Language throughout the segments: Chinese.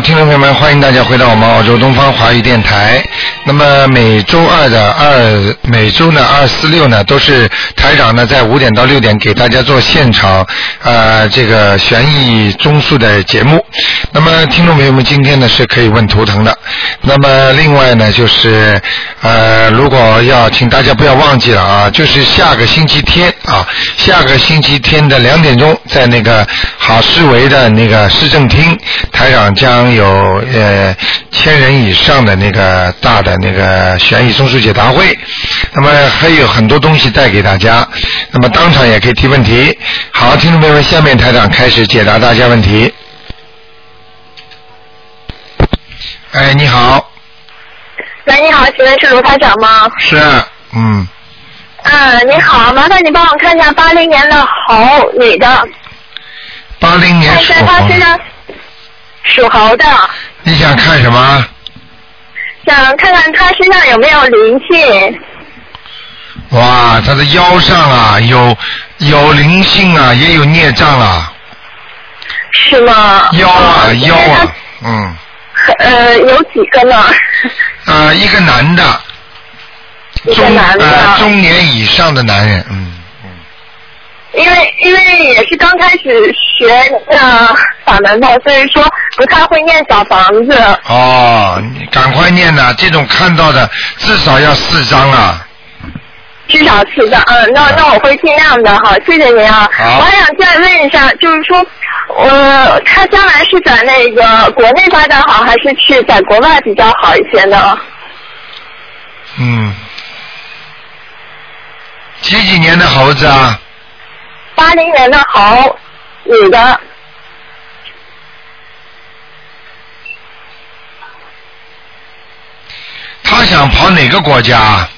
欢迎大家回到我们澳洲东方华语电台。那么每周二的二，每周呢二四六呢都是台长呢在五点到六点给大家做现场呃这个悬疑综述的节目。那么听众朋友们今天呢是可以问图腾的。那么另外呢就是呃如果要请大家不要忘记了啊，就是下个星期天啊，下个星期天的两点钟在那个好市委的那个市政厅，台长将有呃千人以上的那个大的那个悬疑综述解答会，那么还有很多东西带给大家，那么当场也可以提问题。好，听众朋友们，下面台长开始解答大家问题。哎，你好，喂，你好，请问是卢台长吗？是，嗯，嗯，你好，麻烦你帮我看一下八零年的猴女的，八零年看一属下她猴身，上属猴的，你想看什么？想看看她身上有没有灵性。哇，他的腰上啊有有灵性啊，也有孽障啊，是吗？腰啊嗯腰啊，嗯，她呃，有几个呢？ 呃，一个男的，一个中男的呃中年以上的男人，嗯，因为因为也是刚开始学呃法门吧，所以说不太会念小房子。哦，你赶快念呐、这种看到的至少要四张啊，至少四个，嗯，那那我会尽量的，好，谢谢您啊。好我还想再问一下，就是说，呃，他将来是在那个国内发展好，还是去在国外比较好一些呢？嗯，几几年的猴子啊？八零年的猴，女的，他想跑哪个国家啊？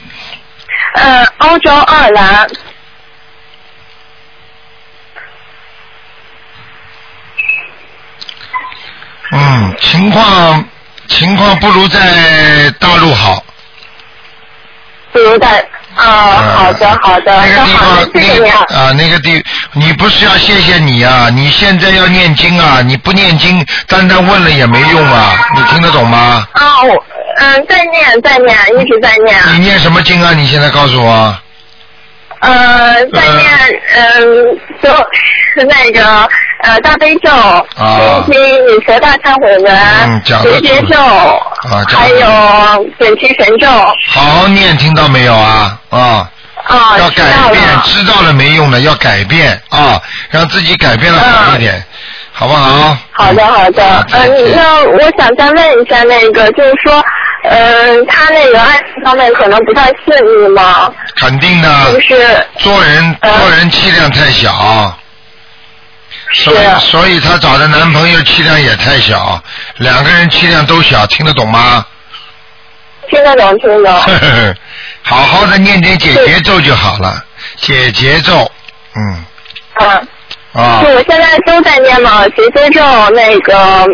呃，欧洲爱尔兰，嗯，情况情况不如在大陆好。比如在，啊、好的好的，那个那地好方的，，谢那谢您个啊。啊，那个地，你不是要谢谢你啊？你现在要念经啊！你不念经，单单问了也没用啊！你听得懂吗？啊，我嗯，在念，在念，一直在念，你念什么经啊？你现在告诉我。呃，在念，嗯，就是 那个呃大悲咒、啊心经、礼佛大忏悔嗯文、讲得结节出咒，啊讲还得有准提神咒，好好念，听到没有啊？啊，啊，要知改道变，了。知道了没用的，要改变啊，让自己改变了好一点，好不好？好的，好的啊，再嗯，见那我想再问一下，那个就是说，嗯，他那个爱情方面可能不太顺利嘛，肯定是不的，是？做人呃做人气量太小，是啊所以所以她找的男朋友气量也太小，两个人气量都小，听得懂吗？ 听得懂，听得懂。呵呵呵，好好的念点解结咒就好了，解结咒，嗯嗯。啊对，，我现在都在念嘛，学修咒那个，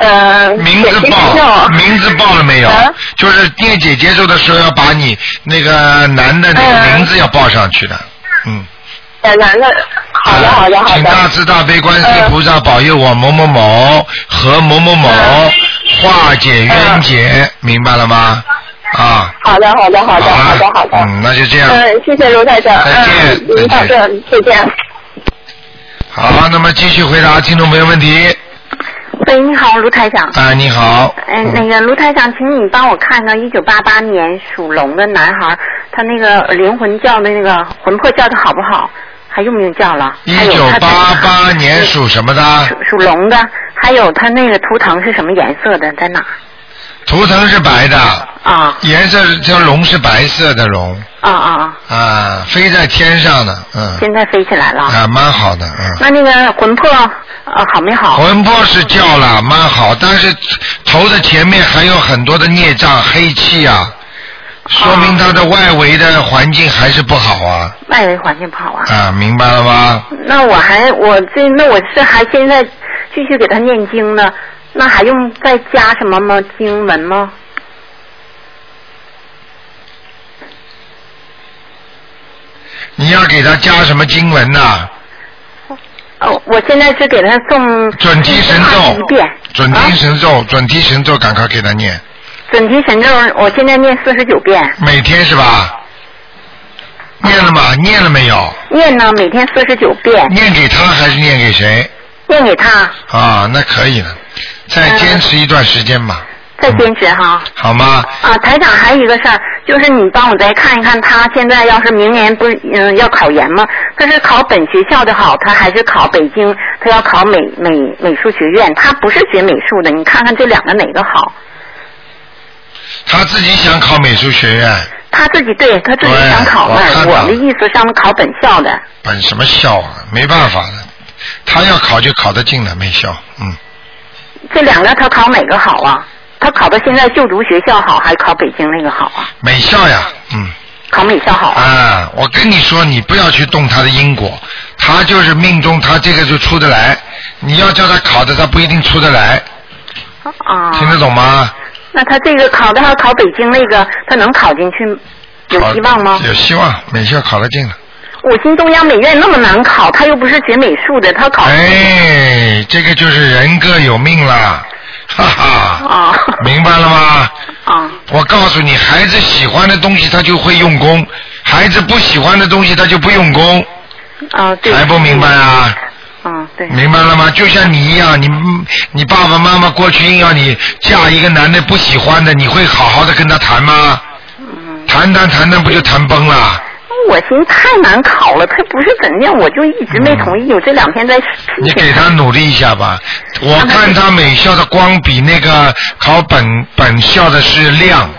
呃，名字解结报咒，名字报了没有啊？就是念解结咒的时候要把你那个男的那个嗯名字要报上去的，嗯。在男的，哎好的，啊好的，好请的，大慈大悲观世音菩萨保佑我某某某和某某某嗯化解冤结，明白了吗？啊，好的，好的，好的，好好的了，好的，嗯，那就这样。嗯，谢谢卢太长，再见嗯，您再保见证，再见。好，那么继续回答听众朋友问题。喂，你好，卢台长。啊，你好。嗯，那个卢台长，请你帮我看看一九八八年属龙的男孩，他那个灵魂教的那个魂魄教的好不好？还用不用教了？一还有九他的八八年属什么的？属属龙的，还有他那个图腾是什么颜色的？在哪儿？图腾是白的，啊颜色是这龙是白色的龙啊啊啊！啊，飞在天上的，嗯，现在飞起来了。啊，蛮好的，嗯。那那个魂魄呃好没好？魂魄是叫了，蛮好，但是头的前面还有很多的孽障、黑气啊，说明它的外围的环境还是不好啊外围环境不好啊。啊，明白了吗？那我还我这那我是还现在继续给他念经呢，那还用再加什么吗？经文吗？你要给他加什么经文呐、哦，我现在是给他送准提神121咒遍，准啊提神咒，准提神咒，赶快给他念，准提神咒，我现在念四十九遍，每天是吧？念了吗？念了没有？念呢每天四十九遍，念给他还是念给谁？念给他，啊，那可以了，再坚持一段时间吧，再坚持哈。好吗？啊，台长，还有一个事儿，就是你帮我再看一看，他现在要是明年不是嗯要考研吗？他是考本学校的好，他还是考北京？他要考美美美术学院，他不是学美术的，你看看这两个哪个好？他自己想考美术学院，他自己对他自己对想考那我看儿，到我的意思让他考本校的。本什么校啊？没办法的，他要考就考得进了，没校。嗯，这两个他考哪个好啊？他考到现在就读学校好，还是考北京那个好啊？美校呀，嗯。考美校好啊？啊，我跟你说，你不要去动他的因果，他就是命中，他这个就出得来。你要叫他考的，他不一定出得来，啊，听得懂吗？那他这个考的还考北京那个，他能考进去吗有希望吗考？有希望，美校考得进了。五星中央美院那么难考，他又不是学美术的，他考、哎，这个就是人各有命啦，哈哈，啊明白了吗？啊我告诉你，孩子喜欢的东西他就会用功，孩子不喜欢的东西他就不用功，啊！对，还不明白啊？嗯，对，明白了吗？就像你一样，你你爸爸妈妈过去硬要你嫁一个男的不喜欢的，你会好好的跟他谈吗？嗯，谈谈谈谈不就谈崩了？我寻思太难考了，他不是怎样，我就一直没同意。我这两天在批你给评他努力一下吧。我看他美校的光比那个考本本校的是亮，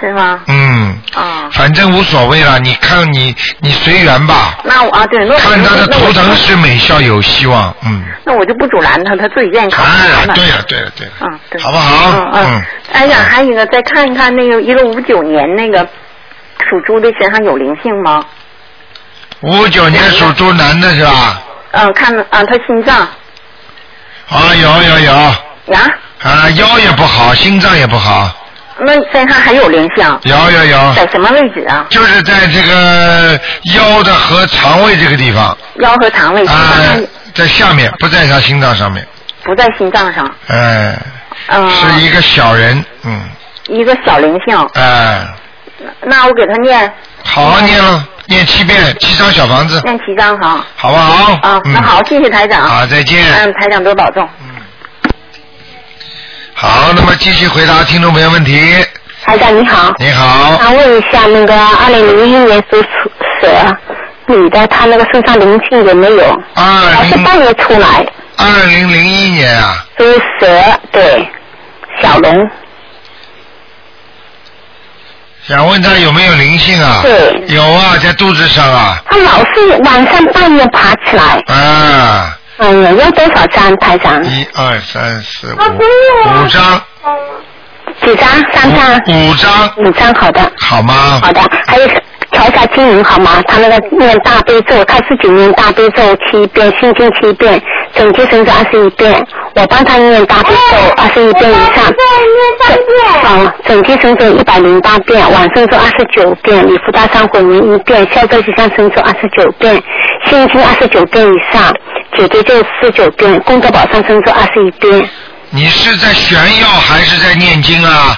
是吗？嗯，啊，反正无所谓了。你看你你随缘吧，那我啊，对，那我看他的那我图腾是美校有希望，嗯。那我就不阻拦他，他自己愿意考。哎，那对了对了对了，嗯，对，好不好？嗯嗯。哎呀，还有一个，再看一看那个一个五九年那个属猪的身上有灵性吗？五九年属猪男的是吧？嗯，看啊，他心脏啊，有有有，呀，啊，腰也不好，心脏也不好，那身上还有灵性，有有有，在什么位置啊？就是在这个腰的和肠胃这个地方腰和肠胃，心啊脏，在下面，不在他心脏上面，不在心脏上，哎、呃嗯、是一个小人，嗯，一个小灵性。哎、那我给他念好嗯好念了，念七遍七张小房子，念七张哈。好不好？啊，嗯嗯那好，，谢谢台长。好，再见。嗯，台长多保重。好，那么继续回答听众朋友问题。台长你好，你好，想问一下那个二零零一年属蛇女的，她那个身上灵性有没有？二还是零半夜出来？二零零一年啊，属蛇，对，小龙，想问他有没有灵性啊？对有啊，在肚子上啊。她老是晚上半夜爬起来。啊，哎呀，要多少张台长？一二三四啊五，五张，哦几张？三张？五张，五张，好的，好吗？好的。还有调一下经营好吗？她那个念大悲咒，她自己念大悲咒七遍，心经七遍，整洁神咒二十一遍，我帮她念大悲咒哎二十一遍以上。哦，整体神咒一百零八遍，往生咒二十九遍，礼佛大忏悔文一遍，消灾吉祥神咒二十九遍，心经二十九遍以上，解结咒四九遍，功德宝山神咒二十一遍。你是在炫耀还是在念经啊？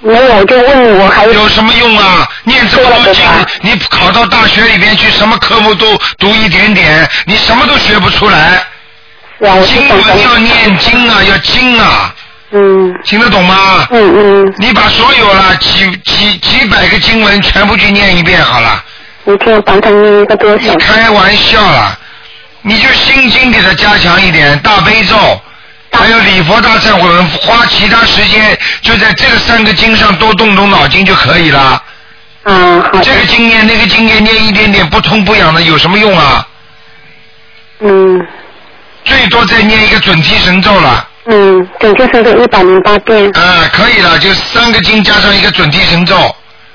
没有，我就问你，我还有有什么用啊？念这么多经对了对了，你考到大学里边去，什么科目都读一点点，你什么都学不出来。呀，我就经等文要着你。念经啊，要经啊，嗯听得懂吗？嗯嗯，你把所有了几几几百个经文全部去念一遍好了。一天帮他念一个多你小时，开玩笑了，你就心经给他加强一点，大悲咒，还有礼佛大忏悔文，花其他时间就在这三个经上多动动脑筋就可以了。嗯，好的这，个经念那个经念，念一点点不痛不痒的有什么用啊？嗯最多再念一个准提神咒了，嗯，整体神咒一百零八遍，啊、可以了，就三个经加上一个准提神咒，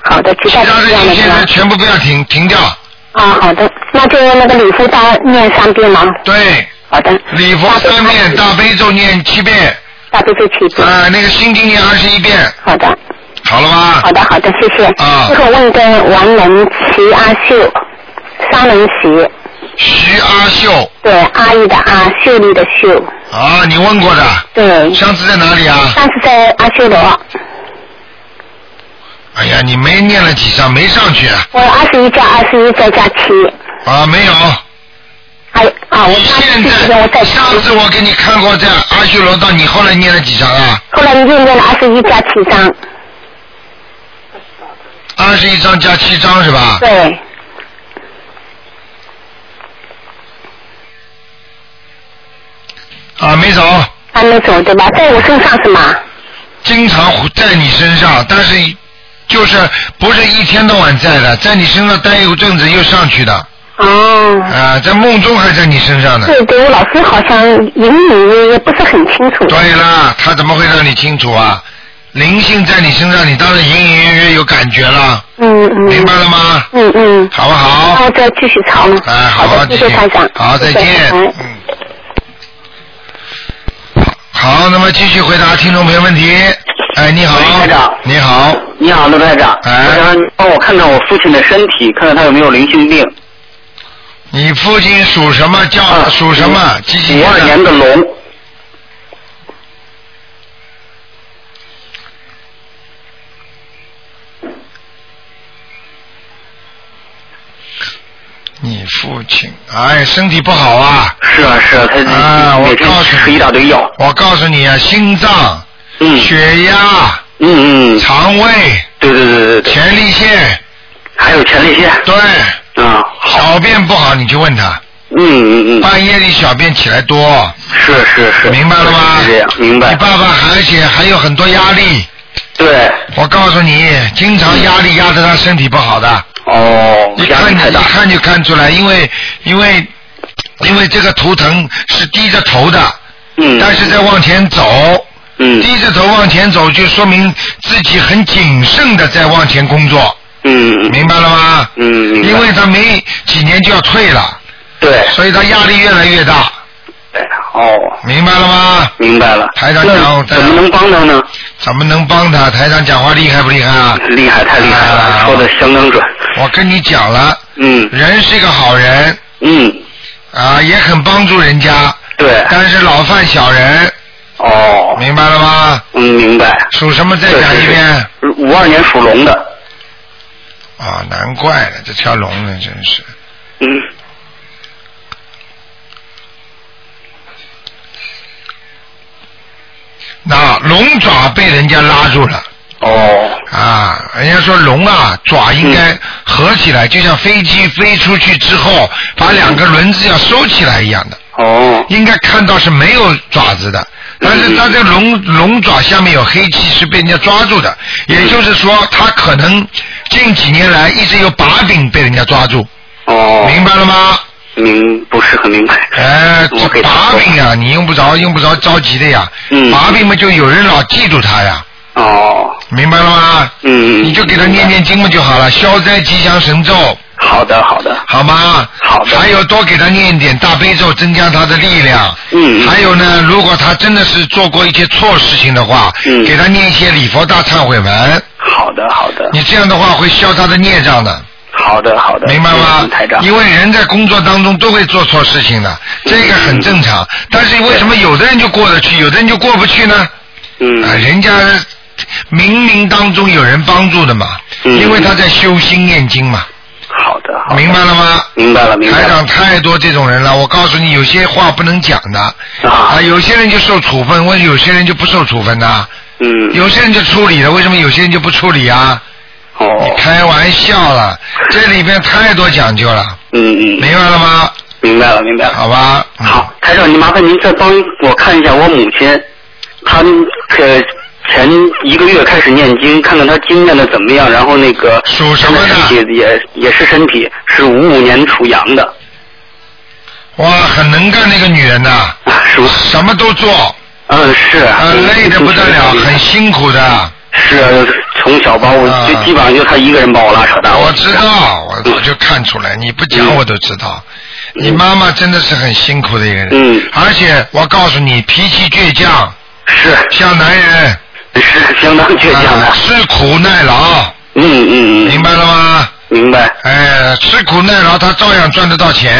好的，其其他他的的这样经的现是在吧？全部不要停停掉。啊，好的，那就那个礼佛大念三遍嘛，对，好的。礼佛三遍，大悲咒念七遍，大悲咒七啊、遍。那个心经念二十一遍，好的，好了吧？好的，好的，谢谢。啊最后问一个王仁齐阿秀，三人齐，徐阿秀对，阿姨的阿，秀丽的秀，啊，你问过的，对。上次在哪里啊？上次在阿修罗，哎呀，你没念了几张，没上去啊？我二十一加二十一再加七，啊，没有。还有啊，我你现上次我在再加上次我给你看过在阿修罗道，你后来念了几张啊？后来又念了二十一加七张，二十一张加七张是吧？对，啊，没走，还没走对吧？在我身上是吗？经常在你身上，但是就是不是一天到晚在的，在你身上待一阵子又上去的，哦，啊，在梦中还在你身上呢。对对，我老是好像隐隐约约不是很清 楚。对啦，他怎么会让你清楚啊？灵性在你身上，你当然隐隐约约有感觉了，嗯嗯。明白了吗？嗯嗯。好不好那？我再继续抄了。哎，好好的，继谢续谢台长。好，再谢谢见。哎嗯。好，那么继续回答听众朋友问题。哎，你好喂台长，你好，你好，陆台长，哎我想帮我看看我父亲的身体，看看他有没有灵性病。你父亲属什么叫、啊，属什么？几几五年二的年的龙，你父亲，哎，身体不好啊！是啊是啊，他啊我每天告诉你吃一大堆药。我告诉你啊，心脏、嗯血压、嗯嗯，肠胃、对对对对对，前列腺，还有前列腺，对，嗯小便不好，你去问他，嗯嗯嗯，半夜里小便起来多，是是是，明白了吗？是这样，明你白。爸爸而且还有很多压力，对，我告诉你，经常压力压得他身体不好的，哦，一压看力太一大，看就看出来，因为因为因为这个图腾是低着头的，嗯，但是在往前走，嗯低着头往前走就说明自己很谨慎的在往前工作，嗯嗯明白了吗？嗯，明白因为他没几年就要退了，对所以他压力越来越大，对哦，明白了吗？明白了。台长那讲台长怎么能帮他呢？咱们能帮他？台长讲话厉害不厉害啊？厉害，太厉害啊了，说的相当准。我跟你讲了，嗯人是一个好人嗯，啊，也很帮助人家，对，但是老犯小人，哦，明白了吗？嗯，明白。属什么？再讲一遍。五二年属龙的，啊，难怪了，这条龙呢，真是。嗯，那龙爪被人家拉住了哦，啊！人家说龙啊，爪应该合起来，就像飞机飞出去之后，把两个轮子要收起来一样的。哦，应该看到是没有爪子的，但是嗯它这龙龙爪下面有黑气是被人家抓住的，也就是说，它可能近几年来一直有把柄被人家抓住，哦，明白了吗？明不是很明白。哎，我这给他把说柄啊，你用不着用不着着急的呀，嗯把柄嘛就有人老记住它呀，哦，明白了吗？嗯，你就给他念念经嘛就好了，消灾吉祥神咒，好的，好的，好吗？好的还有多给他念一点大悲咒，增加他的力量。嗯，还有呢，如果他真的是做过一些错事情的话，嗯给他念一些礼佛大忏悔文，好的，好的，你这样的话会消他的孽障的，好的，好的，明白吗嗯台长？，嗯因为人在工作当中都会做错事情的，这个很正常。但是为什么有的人就过得去，有的人就过不去呢？嗯，啊，人家冥冥当中有人帮助的嘛，嗯因为他在修心念经嘛，好的，好的明白了吗？明白了，明白台长了。太多这种人了，我告诉你，有些话不能讲的。啊，啊，有些人就受处分，为什么有些人就不受处分呢、嗯，有些人就处理了，为什么有些人就不处理啊？哦，开玩笑了，这里边太多讲究了，嗯嗯，明白了吗？明白了，明白了。好吧。嗯好，台长，您麻烦您再帮我看一下我母亲，她呃前一个月开始念经，看看她经念的怎么样，然后那个属什么的她身体也也是身体是五五年属羊的哇，很能干那个女人呐，啊，属什么都做，嗯是啊，嗯累得不得了，很辛苦啊的。是从小把我啊就基本上就她一个人把我拉扯大，我知道，我早就看出来，你不讲我都知道。嗯你妈妈真的是很辛苦的一个人，嗯而且我告诉你，脾气倔强，是像男人，是相当倔强的啊，吃苦耐劳，嗯嗯嗯，明白了吗？明白哎，吃苦耐劳，他照样赚得到钱，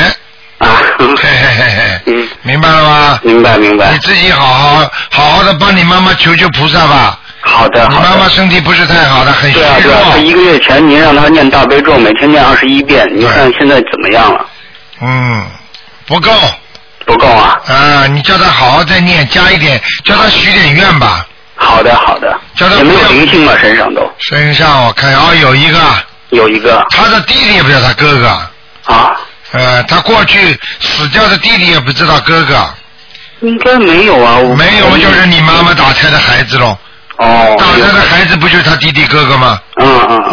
啊，嘿嘿嘿嘿，嗯，明白了吗？明白明白你，自己好好好好的帮你妈妈求求菩萨吧。好的你啊好妈妈的。身体不是太好的，很虚对啊对弱啊，。他一个月前您让他念大悲咒，每天念二十一遍，您对看现在怎么样了？嗯，不够不够啊。啊！你叫她好好再念，加一点，叫她许点愿吧。好的好的叫他，也没不有要灵性吧，身上都身上我看哦，有一个，有一个他的弟弟也不知道他哥哥，啊，呃，他过去死掉的弟弟也不知道哥哥，应该没有啊。我没有就是你妈妈打胎的孩子喽，哦，打胎的孩子不就是他弟弟哥哥吗？嗯嗯嗯，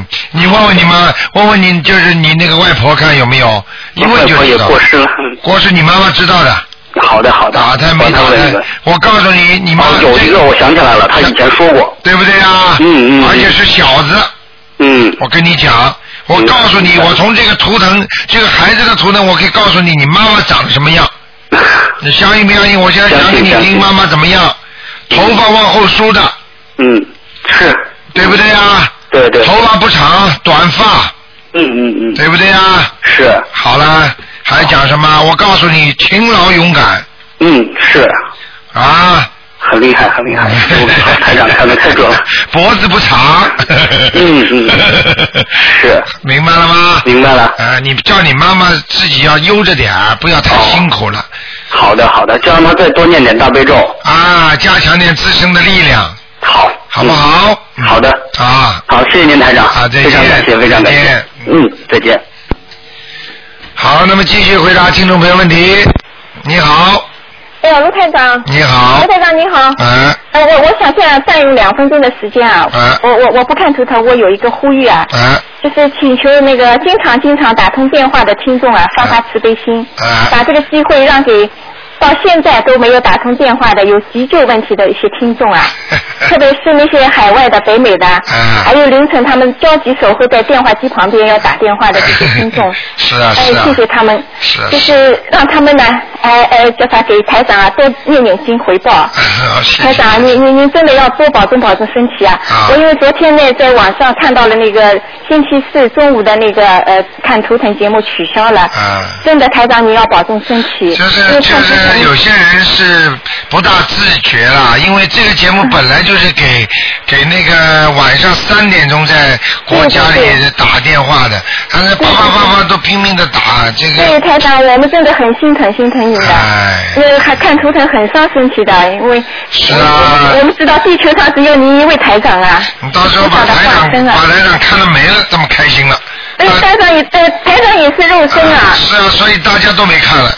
嗯，你问问你妈，问问你就是你那个外婆看有没有，一问就我知也道。过世了。 啊嗯过世你妈妈知道的，好的好的，打胎没帮打他问一胎个。，我告诉你，你妈哦，有一个我想起来了，他以前说过，对不对啊？嗯嗯嗯而且是小子，嗯，我跟你讲，我告诉你，我从这个图腾，这个孩子的图腾，我可以告诉你，你妈妈长什么样。你相信不相信？我现在讲给你相信相听，信妈妈怎么样？头发往后梳的， 嗯，是，对不对啊？对对，头发不长，短发，嗯嗯嗯，对不对啊？是，好了，还讲什么？我告诉你，勤劳勇敢嗯是，啊！很厉害很厉害，我台长看的太 准了，脖子不长。嗯嗯，是，明白了吗？明白了，呃，你叫你妈妈自己要悠着点儿，不要太辛苦了好的好的，就让他再多念点大悲咒，啊，加强点自身的力量，好，好不好？嗯？好的，嗯啊，好，谢谢您台长，好再见非常感谢非常感再谢见，嗯，再见。好，那么继续回答听众朋友问题。你好，哎呀，卢台长，你好卢，台长你好。嗯哎，我我想现在占用两分钟的时间啊，啊我我我不看图腾，我有一个呼吁啊，嗯就是请求那个经常经常打通电话的听众啊，发发慈悲心，啊把这个机会让给到现在都没有打通电话的有急救问题的一些听众啊，哎特别是那些海外的、北美的，还有凌晨他们焦急守候在电话机旁边要打电话的这些听众，是 啊哎是，啊谢谢他们，是啊就是是 让他们呢，哎哎，叫他给台长啊多念念经回报。啊，谢台谢长啊，您您您真的要多保重保重身体啊！啊我因为昨天呢，在网上看到了那个星期四中午的那个呃看图腾节目取消了。啊。真的，台长，您要保重身体。就是就是有些人是不大自觉啦，因为这个节嗯目本来就是给给那个晚上三点钟在国家里打电话的，他那叭叭叭叭都拼命的打这对个，台长，我们真的很心疼心疼你的。哎因为还看图腾很伤身体的，因为是啊我我们知道地球上只有您一位台长啊。你到时候把台长把台长看得没了，这么开心了。哎，啊台长也呃，台长也是肉身啊。是啊，所以大家都没看了。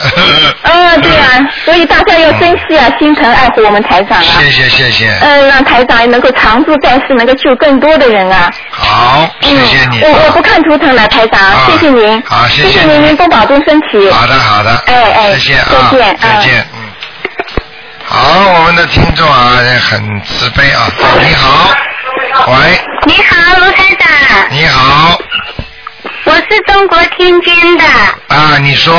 嗯，对啊，所以大家要珍惜啊，心疼爱护我们台长啊。 谢谢谢谢，嗯，让台长能够常驻在世，能够救更多的人啊！好，谢谢你。嗯、我我不看图腾了，台长，啊谢谢您。好谢谢谢您，你您多保重身体。好的，好的。哎哎再见啊，再见再见，嗯。好，我们的听众啊，很慈悲啊。你好，喂，你好，卢台长，你好我是中国天津的，啊，你说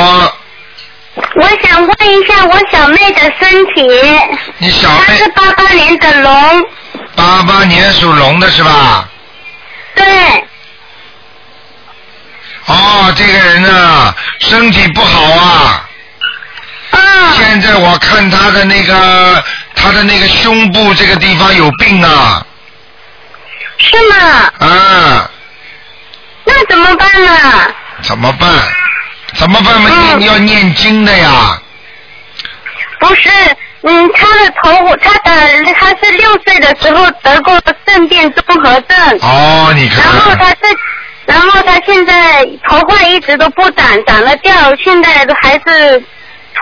我想问一下我小妹的身体，你小她妹是八八年的龙，八八年属龙的是吧？对，哦，这个人啊，身体不好啊。嗯，现在我看他的那个，他的那个胸部这个地方有病啊，是吗？啊，那怎么办呢？怎么办？怎么办嘛？嗯你要念经的呀。不是，嗯，她的头，她的她是六岁的时候得过肾病综合症，哦，你看。嗯然后她是，然后她现在头发一直都不长，长了掉，现在都还是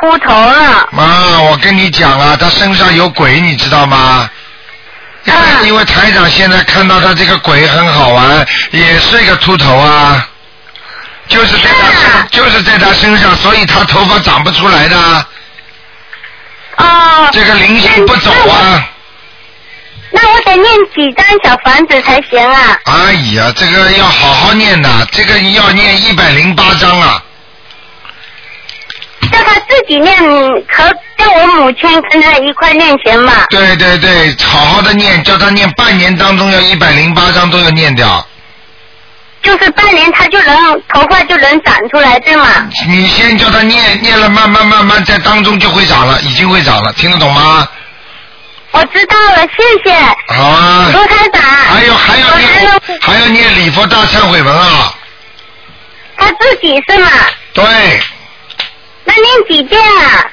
秃头了。妈，我跟你讲啊，他身上有鬼，你知道吗？因为、嗯因为台长现在看到他这个鬼很好玩，也是一个秃头啊，就是在他身、是啊就是在他身上，所以他头发长不出来的啊，哦，这个灵性不走嗯啊。那我得念几张小房子才行啊？哎呀，这个要好好念的，这个要念一百零八章啊。叫他自己念，和叫我母亲跟他一块念行吗？对对对，好好的念，叫他念半年当中要一百零八章都要念掉。就是半年他就能头发就能长出来，对吗？你先叫他念，念了慢慢慢慢在当中就会长了，已经会长了，听得懂吗？我知道了，谢谢。好啊。卢台长。还有还有念还要念礼佛大忏悔文啊。他自己是吗？对。那念几遍啊？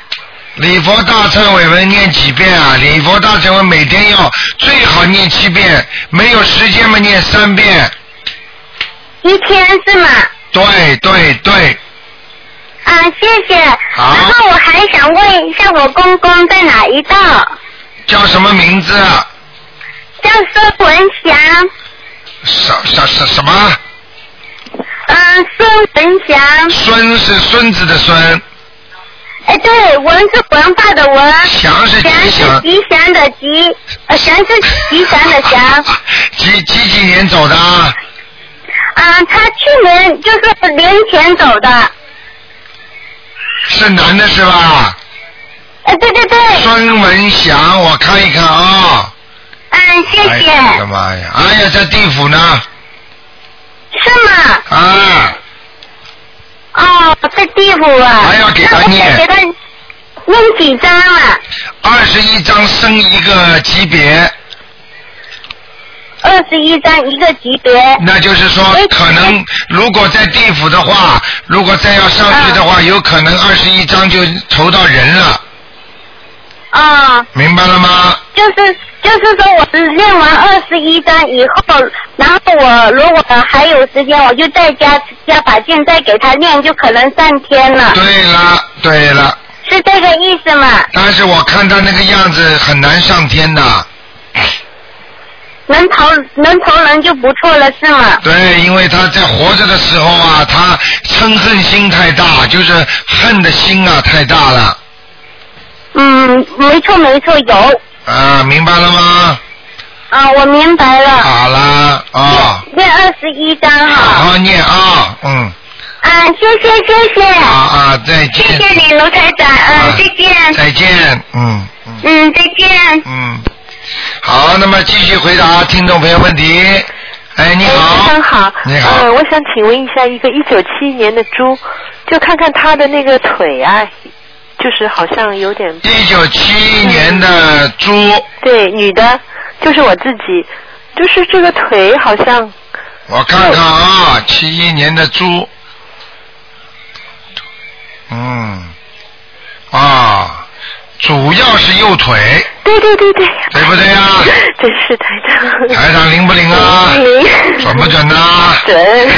礼佛大忏悔文念几遍啊？礼佛大忏文每天要最好念七遍，没有时间嘛念三遍。一天是吗？对对对。啊，谢谢。好。然后我还想问一下，我公公在哪一道？叫什么名字？啊？叫孙文祥。什什什什么？嗯、呃，孙文祥。孙是孙子的孙。哎，对，文是文化的文，祥是吉祥，啊吉祥的吉，呃，祥是吉祥的祥。几几几年走的？啊，啊他去年就是年前走的。是男的是吧？哎，对对对。孙文祥，我看一看啊、哦。嗯，谢谢。哎、我的妈呀！哎呀，在地府呢。是吗？啊。哦，在地府啊！还要给他念，给他念几张啊？二十一张升一个级别。二十一张一个级别。那就是说，哎可能如果在地府的话，如果再要上去的话，嗯、有可能二十一张就投到人了。啊、嗯。明白了吗？就是。就是说，我是练完二十一章以后，然后我如果还有时间，我就再加加把劲，再给他练，就可能上天了。对了，对了。是这个意思吗？但是我看他那个样子很难上天的。能投能投人就不错了，是吗？对，因为他在活着的时候啊，他嗔恨心太大，就是恨的心啊太大了。嗯，没错没错，有。啊，明白了吗？啊，我明白了。好啦，啊。念二十一章哈。好好念啊，嗯。啊，谢谢谢谢。好啊，再见。谢谢你，卢台长，嗯、啊，再见。再见，嗯嗯。嗯，再见。嗯，好，那么继续回答听众朋友问题。哎，你好。先生好。你好。呃，我想请问一下，一个一九七年的猪，就看看他的那个腿啊。就是好像有点。一九七一年的猪、嗯。对，女的，就是我自己，就是这个腿好像。我看哦看啊，七一年的猪，嗯，啊，主要是右腿。对对对对。对不对 呀、啊？真是嗯台长。哎台长灵不灵啊？灵。准不准啊？准。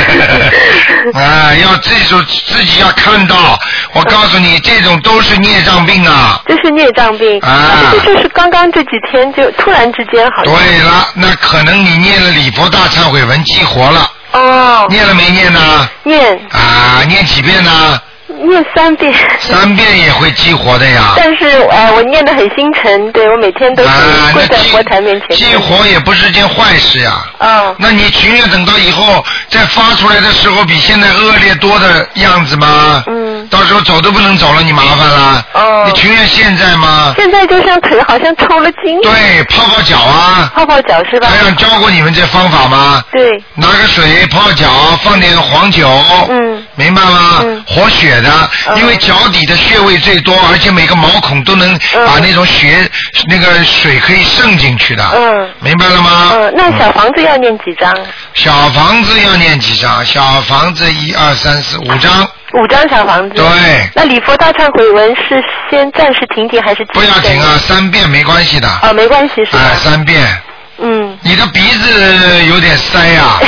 啊，要记住自己要看到。我告诉你，这种都是孽障病啊。 这是孽障病。啊。这就是刚刚这几天就突然之间好像。对了，那可能你念了礼佛大忏悔文激活了。哦。念了没念呢？念。啊，念几遍呢？念三遍，三遍也会激活的呀。但是哎、呃，我念的很心诚，对我每天啊都是跪在佛台面前、啊。激活也不是件坏事呀。嗯。那你情愿等到以后再发出来的时候比现在恶劣多的样子吗？嗯。到时候走都不能走了，你麻烦了。哦、嗯。你情愿现在吗？现在就像腿好像抽了筋。对，泡泡脚啊。泡泡脚是吧？台长教过你们这方法吗？对。拿个水泡脚，放点黄酒。嗯。明白吗？嗯。活血的，因为脚底的穴位最多，而且每个毛孔都能把那种血、嗯、那个水可以渗进去的。嗯，明白了吗？嗯，那小房子要念几张？小房子要念几张？小房子一二三四五张。五张小房子。对。那礼佛大忏悔文是先暂时停停还是？不要停嗯啊，三遍没关系的。啊、哦，没关系是吧？哎，三遍。嗯。你的鼻子有点塞呀、啊。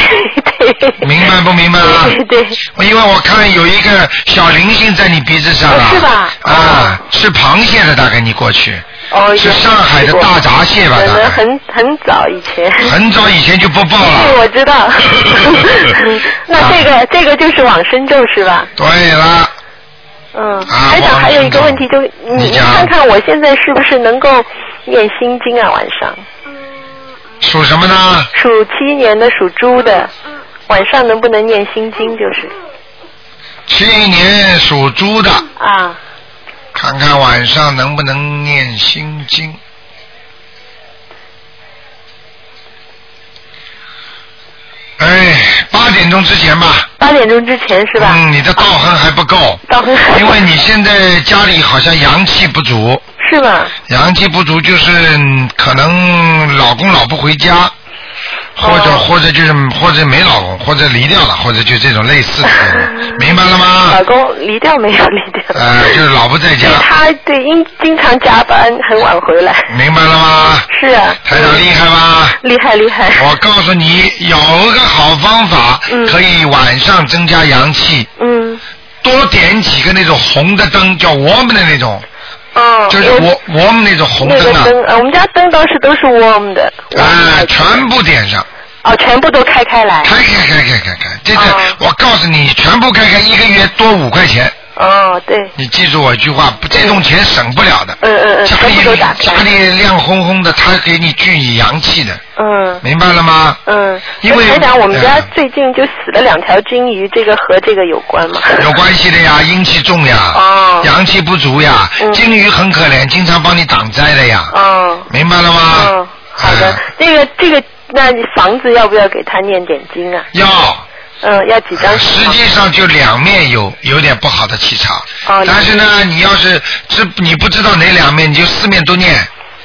明白不明白啊？ 对,对,对，因为我看有一个小灵性在你鼻子上啊，哦是吧？啊，吃螃蟹的大概你过去，哦，是上海的大闸蟹吧？可能很很早以前，很早以前就不报 了。嗯对，我 知道。那这个、啊、这个就是往生咒是吧？对啦。嗯，台长、啊、还有一个问题就，就你看看我现在是不是能够念心经啊？晚上。属什么呢？属七年的，属猪的。晚上能不能念心经？就是。七年属猪的。啊。看看晚上能不能念心经。哎，八点钟之前吧。八点钟之前是吧？嗯，你的道啊行还不够，到很 因为你现在家里好像阳气不足，是吧？阳气不足就是嗯可能老公老不回哦家，或者、或者就是或者没老公，或者离掉了，或者就这种类似的这 种，明白了吗？老公离掉没有离掉？呃，就是老不在家对，，他对因经常加班，很晚回来。明白了吗？是啊，台嗯长厉害吧？厉害厉害。我告诉你，有个好方法，可以晚上增加阳气，嗯，多点几个那种红的灯，叫我们的那种，哦，就是我我们那种红那个灯啊，灯，呃，我们家灯倒是都是 warm 的，啊，全部点上，哦，全部都开开来。开开开开开开，这个啊我告诉你，全部开开，一个月多五块钱，哦，对，你记住我一句话，不这种钱省不了的，嗯嗯嗯，家全部都里打家开。里亮烘烘的，它给你聚以阳气的，嗯。明白了吗？嗯，因为那台长，我们家嗯最近就死了两条金鱼，这个和这个有关吗？有关系的呀，阴气重呀，哦阳气不足呀，金鱼很可怜，经常帮你挡灾的呀，嗯明白了吗？嗯，好的哎，这个这个，那你房子要不要给他念点经啊？要，嗯，要几张？实际上就两面有有点不好的气场，哦但是呢，你要是知你不知道哪两面，你就四面都念，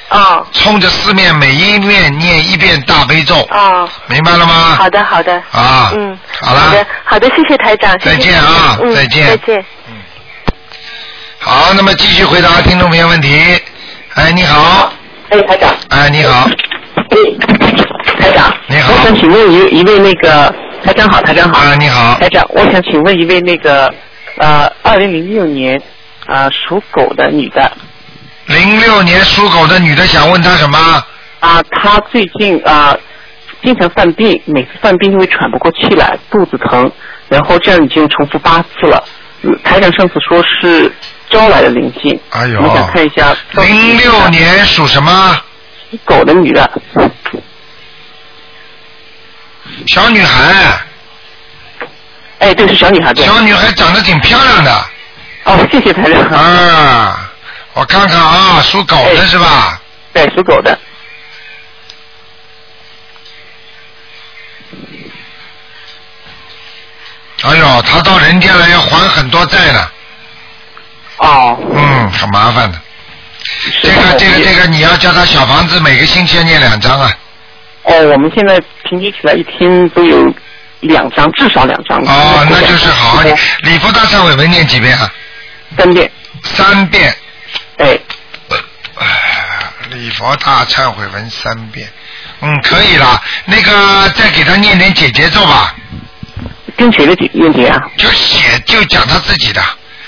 哦冲着四面每一面念一遍大悲咒，哦，明白了吗？好的好的，啊，嗯，好了好的好的，谢谢台长，谢谢再见啊嗯再见再见。好，那么继续回答听众朋友问题。哎，你好，哎，台长，哎，你好，哎，台长，你好我，想请问一一位那个台长好，台长好，啊，你好，台长，我想请问一位那个呃，二零零六年啊、呃属狗的女的零六年属狗的女的想问她什么？啊、她最近啊、呃经常犯病，每次犯病就会喘不过气来，肚子疼，然后这样已经重复八次了。嗯台长上次说是招来的灵性，哎呦我，想看一下招来的零灵性六年属什么？属狗的女的，小女孩，哎，对，是小女孩对。小女孩长得挺漂亮的哦，谢谢台长。啊。我看看啊，属狗的是吧？哎对，属狗的。哎呦，她到人间来要还很多债呢，哦，嗯，很麻烦的。是这个的这个也这个，你要叫她小房子每个星期要念两张啊。哦，我们现在平均起来一天都有两张，至少两张。嗯哦，那就是好好念对礼佛大忏悔文念几遍啊？嗯三遍，三遍。哎，唉礼佛大忏悔文三遍，嗯，可以了。那个再给他念点解结咒吧，跟谁的姐问题啊？就写就讲他自己的，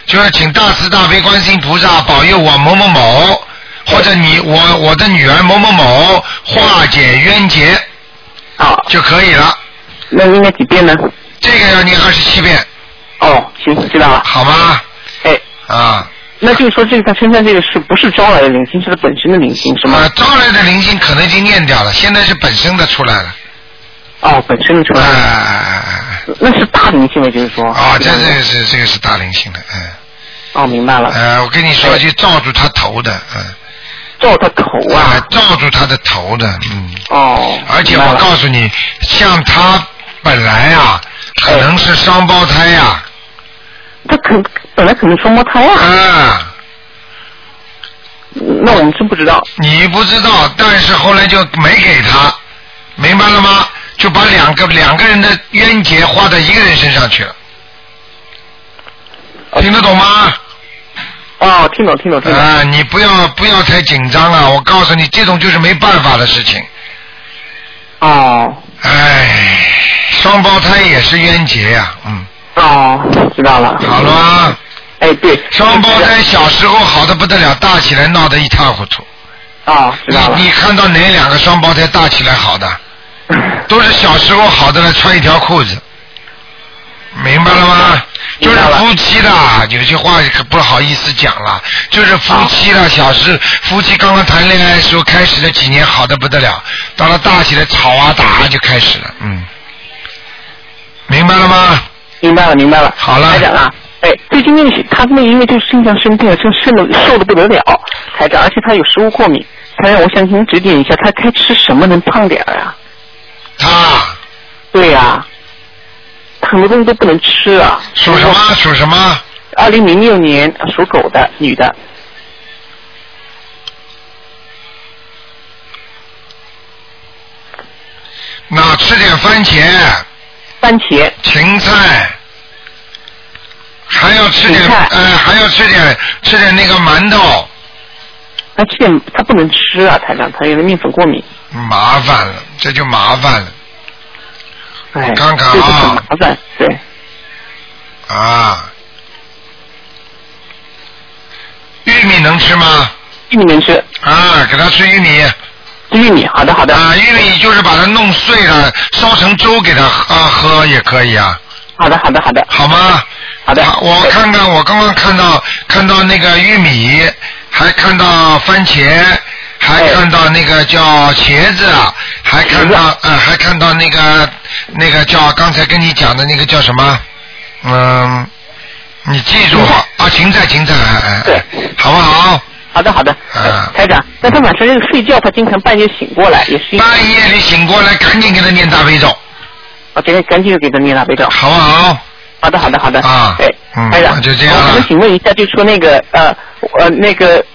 就是请大慈大悲观世音菩萨保佑我某某某，或者你我我的女儿某某某化解冤结哦，就可以了。那应该几遍呢？这个要念二十七遍，哦，行，知道了。好吗？哎，啊，那就是说这个他身上这个是不是招来的灵性，是他本身的灵性是啊吗？，招来的灵性可能已经念掉了，现在是本身的出来了。哦，本身的出哎来的，哎哎那是大灵性了，就是说。哎，啊，这是吧这个是这个是大灵性的，嗯。哦，明白了，呃，我跟你说，就罩住他头的，嗯，照他头啊啊。，罩住他的头的，嗯，哦。而且明白我了告诉你，像他本来啊，可能是双胞胎呀、他可本来可能双胞胎啊，啊，那我们真不知道。你不知道，但是后来就没给他，明白了吗？就把两个两个人的冤结花到一个人身上去了，啊听得懂吗？哦，听懂听懂听 懂。啊，你不要不要太紧张了，我告诉你，这种就是没办法的事情。哦唉，双胞胎也是冤结呀、嗯，哦，知道了。好了 吗？哎，对，双胞胎小时候好的不得了，大起来闹得一塌糊涂。哦，知你道了。你看到哪两个双胞胎大起来好的？都是小时候好的了，穿一条裤子，明白了吗？就嗯明是白了夫妻的，有些话可不好意思讲了。就是夫妻的，小时夫妻刚刚谈恋爱的时候开始的几年好的不得了，到了大起来吵啊打啊就开始了，嗯，明白了吗？ 明白了，明白了。好了台长啊，哎，最近那个他们因为就是经常生病，就肾的瘦的不得了，台长，而且他有食物过敏，台长，我想您指点一下，他该吃什么能胖点儿啊？他对呀、很多东西都不能吃啊。属什么？属什么？二零零六年属狗的女的，那吃点番茄、番茄、芹菜，还要吃点芹菜呃，还要吃点吃点那个馒头，她这点她不能吃啊，台长，她有的面粉过敏，麻烦了，这就麻烦了哎，我看看啊这就很麻烦，对，啊。玉米能吃吗？玉米能吃，啊，给他吃玉米。吃玉米，好的好的，啊，玉米就是把它弄碎了，烧成粥给他喝、啊、喝也可以啊，好的好的好的，好吗？好的，啊我看看，我刚刚看到看到那个玉米，还看到番茄，还看到那个叫茄子，啊还看到呃，还看到那个那个叫刚才跟你讲的那个叫什么？嗯，你记住啊，芹菜芹菜，哎哎哎，好不好？哎好的好的，嗯，台长，那她晚上这个睡觉，她经常半夜醒过来，也是因为半夜里醒过来，赶紧给他念大悲咒，我今天赶紧就给她念了，别走。好不好？好的，好的，好的。啊对，嗯台长，那就这样我了想请问一下，就说那个呃呃那个，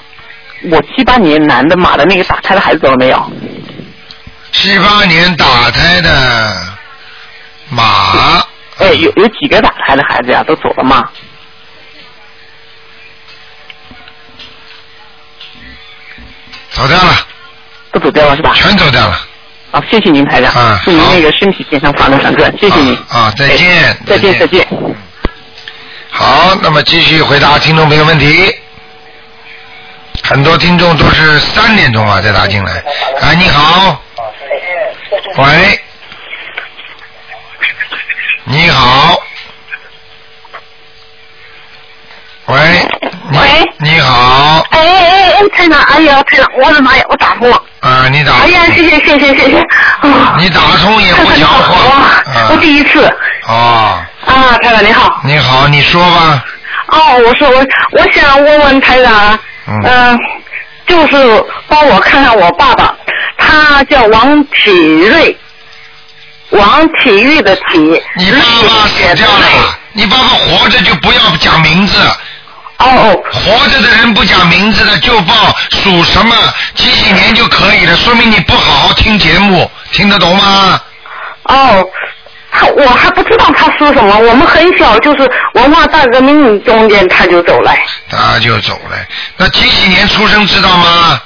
我七八年男的马的那个打胎的孩子走了没有？七八年打胎的马，哎，有有几个打胎的孩子呀？都走了吗？走掉了，都走掉了是吧？全走掉了。啊，谢谢您，台长，啊祝您好那个身体健康，法乐长转，谢谢您。啊啊再见哎再见，再再见见。好，那么继续回答听众朋友问题。很多听众都是三点钟啊才打进来。哎，你好，喂，你好，喂，你喂你好，哎哎哎，太长，哎呀，太长，我的妈呀，我打通了！啊，你打哎，呀，谢谢谢谢谢谢，啊，你打通也太不长你讲好话，啊，我啊，第一次哦，啊，太长你好，你好，你说吧，哦，我说我我想问问台长，嗯嗯，就是帮我看看我爸爸，他叫王启瑞，王启玉的启，你爸爸死写掉了，你爸爸活着就不要讲名字，哦哦，活着的人不讲名字的就报属什么几几年就可以了，说明你不好好听节目，听得懂吗？哦，他我还不知道他说什么，我们很小，就是文化大革命中间他就走了，他就走了。那几几年出生知道吗？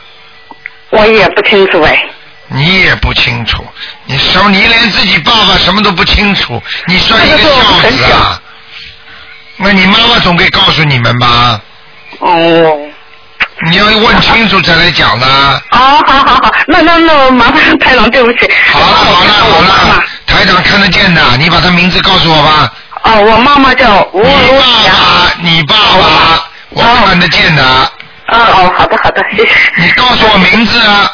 我也不清楚哎。你也不清楚，你什么？你连自己爸爸什么都不清楚，你算一个那个时候孝很子啊小！那你妈妈总该告诉你们吧？哦。你要问清楚才来讲的。好好好好，那那那麻烦台长，对不起。好了好了好了，台长看得见的，你把他名字告诉我吧。哦，我妈妈叫吴你如爸霞。爸，你爸爸，我看得见的。哦哦，好的好的，谢谢。你告诉我名字啊！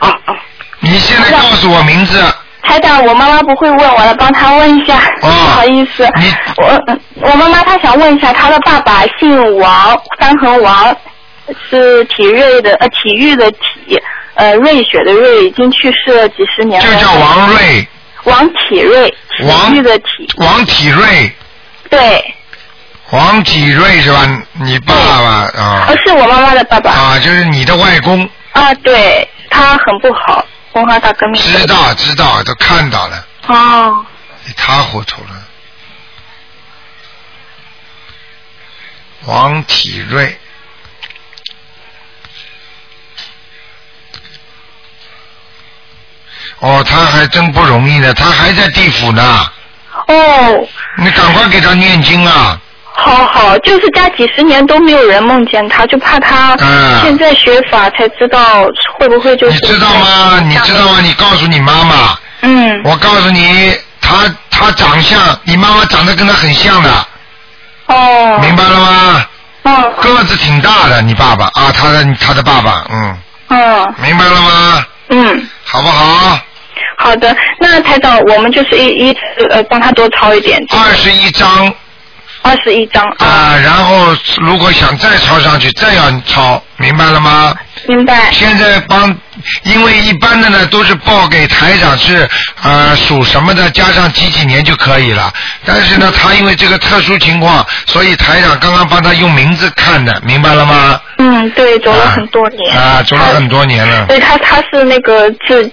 哦哦，你现在告诉我名字。台长，我妈妈不会问我了，帮她问一下，哦不好意思，你我我妈妈她想问一下，她的爸爸姓王，三横王，是体瑞的呃体育的体，呃瑞雪的瑞，已经去世了几十年了。就叫王瑞，王体瑞，体育王的体，王体瑞，对，王体瑞是吧？你爸爸啊呃是我妈妈的爸爸啊啊，就是你的外公，对他很不好，文化大革命。知道知道，都看到了，哦，一塌糊涂了。王体瑞，哦，他还真不容易呢，他还在地府呢。哦，你赶快给他念经啊！好好，就是家几十年都没有人梦见他，就怕他嗯现在学法才知道会不会就是你知道吗？你知道吗？你告诉你妈妈，嗯，我告诉你，她她长相，你妈妈长得跟她很像的，哦，明白了吗？嗯个子挺大的，你爸爸啊，他的他的爸爸，嗯，嗯明白了吗？嗯，好不好？好的，那台长，我们就是一一呃帮他多抄一点，二十一章，二十一张啊，啊，然后如果想再抄上去，再要抄，明白了吗？明白。现在帮，因为一般的呢都是报给台长是呃属什么的，加上几几年就可以了。但是呢，他因为这个特殊情况，所以台长刚刚帮他用名字看的，明白了吗？嗯，对，走了很多年，啊，走了很多年了。对他他是那个自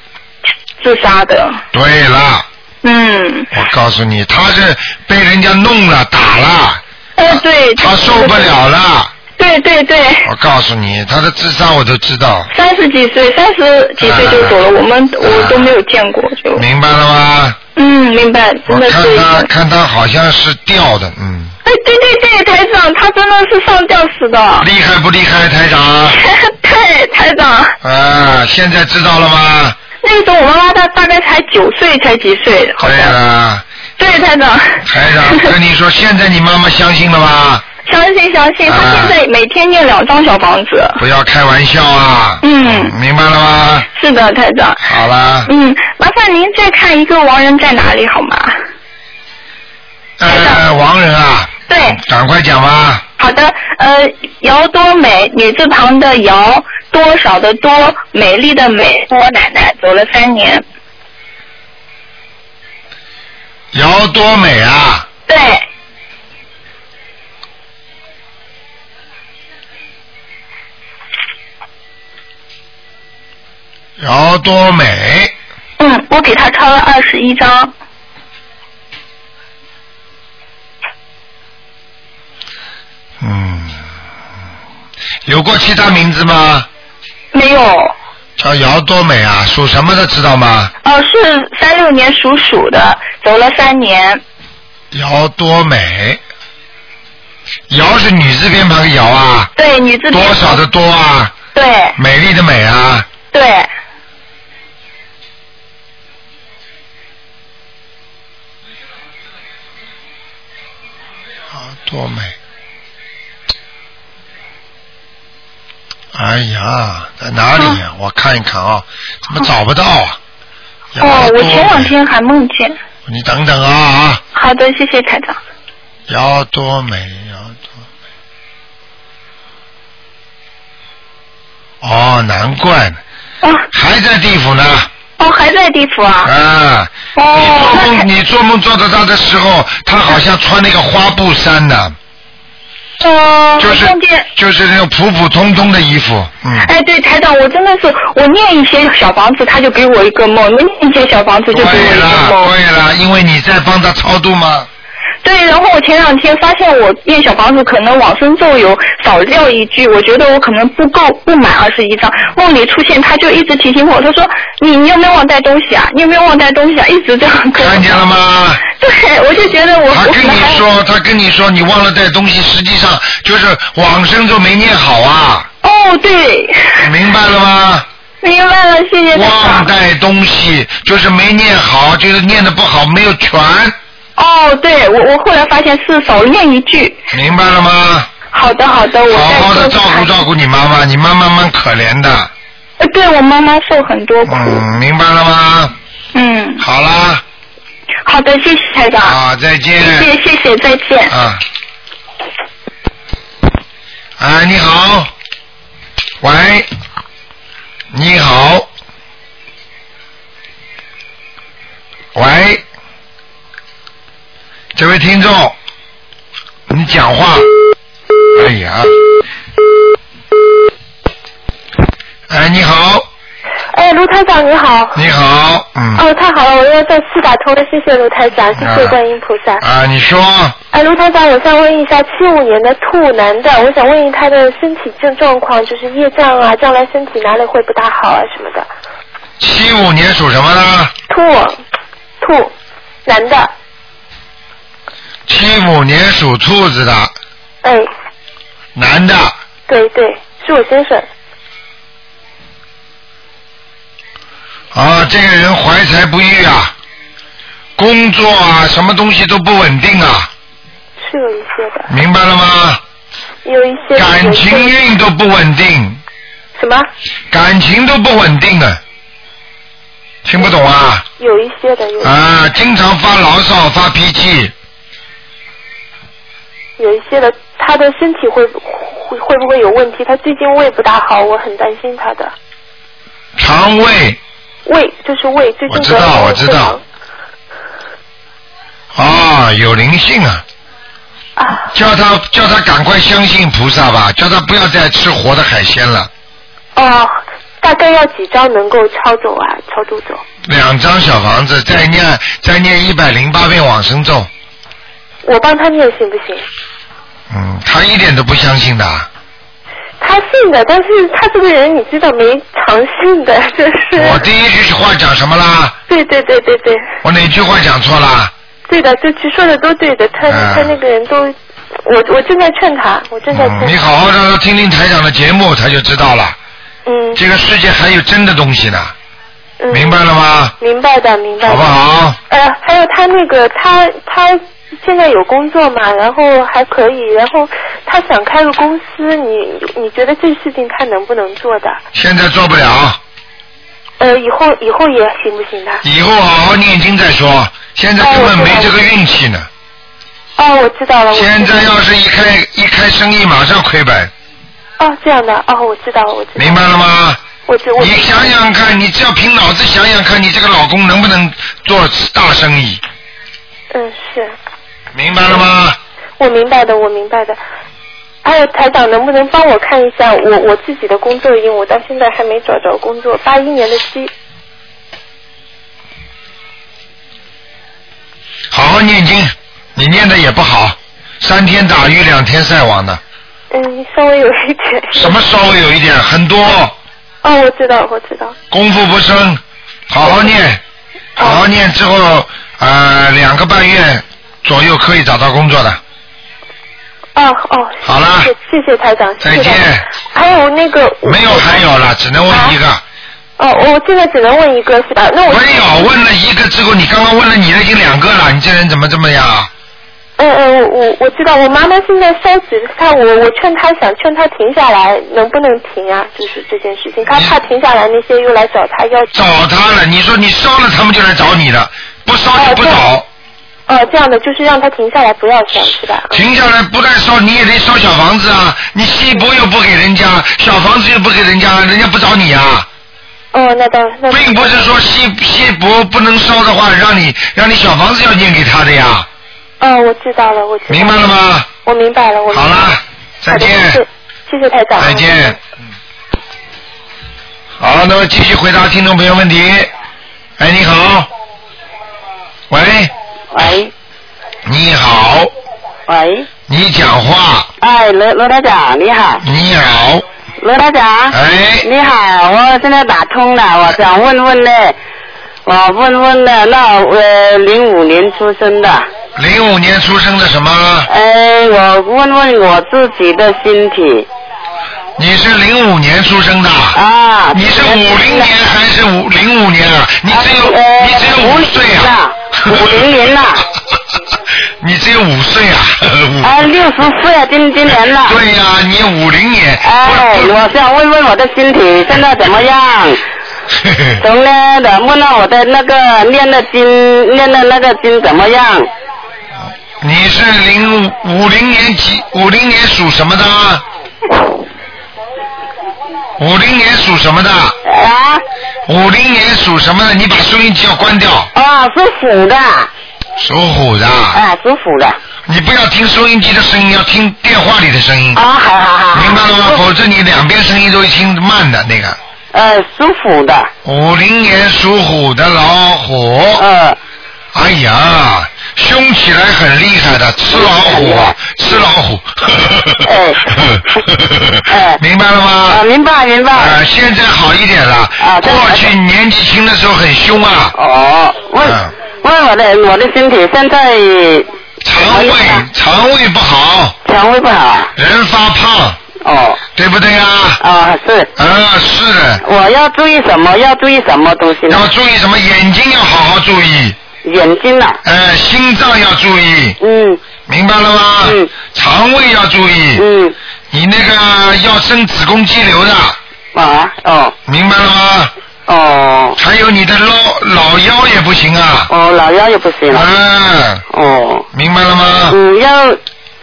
自杀的，对了，嗯，我告诉你，他是被人家弄了、打了，哦呃，对，他受不了了。对对对，我告诉你，他的智商我都知道，三十几岁，三十几岁就走了，我们我都没有见过，就啊明白了吗？嗯，明白，真我的看是一他个，看他好像是掉的，嗯，哎，对对对，台长，他真的是上吊死的，厉害不厉害，台长？ 对，台长，啊，现在知道了吗？那个时候我妈妈大大概才九岁，才几岁，对了，对，台长，台 长跟你说，现在你妈妈相信了吧？相信相信，他现在每天念两张小房子，啊不要开玩笑啊！嗯，明白了吗？是的，台长，好啦，嗯，麻烦您再看一个亡人在哪里好吗？呃，王人啊，对，赶快讲吧。好的，呃，姚多美，女字旁的姚，多少的多，美丽的美，我奶奶走了三年，姚多美啊，对，姚多美，嗯，我给她抄了二十一张，嗯，有过其他名字吗？没有，叫姚多美啊，属什么的知道吗？哦，是三六年属鼠的，走了三年，姚多美，姚是女字边旁个姚 啊，对，女字多边少的多啊，对美丽的美啊，对，啊，多美！哎呀，在哪里哦呀、我看一看啊，怎么找不到啊？姚哦，多我美前两天还梦见，你等等啊啊！好的，谢谢台长，姚多美，姚多美。哦，难怪呢，还在地府呢哦，还在地府啊，啊！哦，做梦你做梦做到他的时候，他好像穿那个花布衫呢，哦，就是我梦见。就是那种普普通通的衣服，嗯。哎，对，台长，我真的是，我念一些小房子，他就给我一个梦；，我念一些小房子就给我一个梦。对了，因为你在帮他超度嘛。对然后我前两天发现我念小房子可能往生咒有少掉一句，我觉得我可能不够不满二十一张。梦里出现，他就一直提醒我，他说你你有没有忘带东西啊？你有没有忘带东西啊？一直这样跟我。看见了吗？对，我就觉得我他我跟可能你还说，他跟你说，你忘了带东西，实际上就是往生咒没念好啊，哦，对，明白了吗？明白了，谢谢台忘长。带东西就是没念好，就是念的不好，没有全，哦，对我我后来发现是少念一句。明白了吗？好的好的，我好再好的多照顾照顾你妈妈，你妈妈蛮可怜的，呃，对我妈妈受很多苦。嗯，明白了吗？嗯，好啦，好的，谢谢台长，啊，再见。谢谢谢谢，再见。啊。哎，你好，喂，你好，喂，这位听众，你讲话，哎呀，哎，你好，哎，卢台长你好。你好，嗯，哦，太好了，我又再次打通了，谢谢卢台长，谢谢观音菩萨。啊，你说，哎，卢台长，我想问一下，七五年的兔男的，我想问一他的身体症状况，就是业障啊，将来身体哪里会不大好啊什么的。七五年属什么呢？兔，兔，男的，七五年属兔子的，哎，男的。对对，是我先生。啊，这个人怀才不遇啊，工作啊，什么东西都不稳定啊，是有一些的，明白了吗？有一些感情有一些运都不稳定，什么？感情都不稳定的，听不懂啊？有一些的有一些啊，经常发牢骚、发脾气，有一些的，他的身体会会会不会有问题？他最近胃不大好，我很担心他的肠胃，胃，就是胃最近我知道，我知道。啊、有灵性啊！啊叫他叫他赶快相信菩萨吧，叫他不要再吃活的海鲜了。哦，大概要几张能够超走啊，超度走？两张小房子，再念再念一百零八遍往生咒。我帮他念行不行？嗯，他一点都不相信的。他信的，但是他这个人你知道没常信的，就是我第一句话讲什么啦？对对对对对我哪句话讲错啦？对的，这其实说的都对的，他、嗯他那个人都，我我正在劝他，我正在劝嗯，你好好让他听听台长的节目，他就知道了。嗯这个世界还有真的东西呢，嗯，明白了吗？明白的，明白的。好不好？呃，还有他那个，他他现在有工作嘛，然后还可以，然后他想开个公司，你你觉得这事情他能不能做的？现在做不了，呃，以后以后也行不行的？以后好好念经再说。现在根本没这个运气呢。哦，我知道了。我知道了现在要是一开一开生意，马上亏本，哦这样的哦，我知道了，我知道了。明白了吗？我知我你想想看，你只要凭脑子想想看，你这个老公能不能做大生意？嗯是。明白了吗？我明白的，我明白的。还有台长，能不能帮我看一下我我自己的工作？因为我到现在还没找着工作。八一年的鸡，好好念经，你念的也不好，三天打鱼两天晒网的，嗯，稍微有一点。 什么稍微有一点，很多哦，我知道，我知道。功夫不深，好好念，好好念之后，呃，两个半月左右可以找到工作的。哦哦，好了，谢谢台长，谢谢再见台长。还有那个没有还有了，只能问一个。哦，我现在只能问一个是吧？那我没有问了一个之后，你刚刚问了你的已经两个了，你这人怎么这么呀？嗯嗯，我我我知道，我妈妈现在烧纸，她我我劝她想劝她停下来，能不能停啊？就是这件事情，她怕停下来那些又来找她要找他了，你说你烧了，他们就来找你了，不烧就不找。哦，这样的就是让她停下来，不要烧是吧？停下来不但烧，你也得烧小房子啊！你西博又不给人家，小房子又不给人家，人家不找你啊！哦，那倒那并不是说西西博不能烧的话，让你让你小房子要念给他的呀。哦，我知道了，我知道明白了吗？我明白了，我好了，再见嗯好的谢谢谢谢台长，再见。嗯好，那么继续回答听众朋友问题。哎，你好。喂。喂。你好，喂，你讲话。哎，罗罗台长，你好，你好，罗台长，哎，你好，我现在打通了，我想问问呢，我问问呢，那呃零五年出生的，零五年出生的什么？哎，我问问我自己的身体，你是零五年出生的。啊。你是五零年还是五零五年啊？你只有、你只有五岁啊。五零年了。 你只有五岁啊？五哎，六十岁啊，今今年了， 对呀、你五零年。哎，我想问问我的身体现在怎么样？从呢，问到我的那个念的经，念的那个经怎么样？ 你是零五零年几？五零年属什么的？五零年属什么的？啊？五零年属什么的？你把收音机要关掉。啊，属虎的。属虎的。啊，属虎的。你不要听收音机的声音，要听电话里的声音。啊，好好好。明白了吗？否则你两边声音都听慢的那个。呃，属虎的。五零年属虎的老虎。嗯。哎呀，凶起来很厉害的，吃老虎哎啊，吃老虎。 明白了吗？啊，哎呃明白明白。啊，现在好一点了。啊，过去年纪轻的时候很凶啊。哦，问问我的我的身体现在肠胃哎肠胃不好。肠胃不好。啊人发胖。哦。对不对呀？啊，是。啊，是的。我要注意什么？要注意什么东西呢？要注意什么？眼睛要好好注意。眼睛啊。呃，心脏要注意。嗯。明白了吗？嗯。肠胃要注意。嗯。你那个要生子宫肌瘤的。啊，哦。明白了吗？哦。还有你的老老腰也不行啊。啊哦，老腰也不行。嗯。哦。明白了吗？嗯，要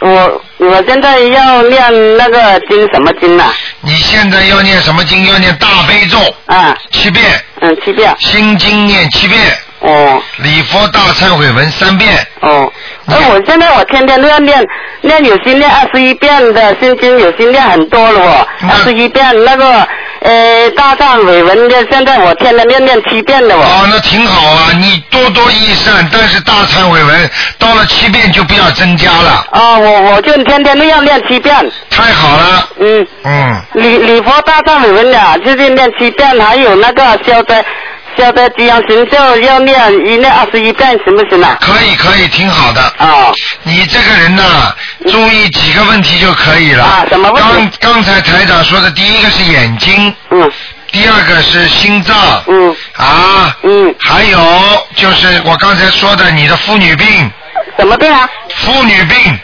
我我现在要念那个经什么经啊？你现在要念什么经？要念大悲咒。啊。七遍。嗯，七遍。心经念七遍。哦。礼佛大忏悔文三遍。哦。那我现在我天天都要念，念有些念二十一遍的心经，有些念很多了哦，嗯二十一遍那个呃大忏悔文的，现在我天天念念七遍的哦。哦，那挺好啊，你多多益善，但是大忏悔文到了七遍就不要增加了。啊，我我就天天都要念七遍。太好了。嗯。嗯。礼礼佛大忏悔文的，就是念七遍，还有那个消灾消灾吉祥神咒要念一念二十一遍，行不行啊？可以可以，挺好的。啊。你这个人呐、注意几个问题就可以了。啊，什么问题？刚刚才台长说的第一个是眼睛。嗯。第二个是心脏。嗯。啊。嗯。还有就是我刚才说的你的妇女病。什么病啊？妇女病。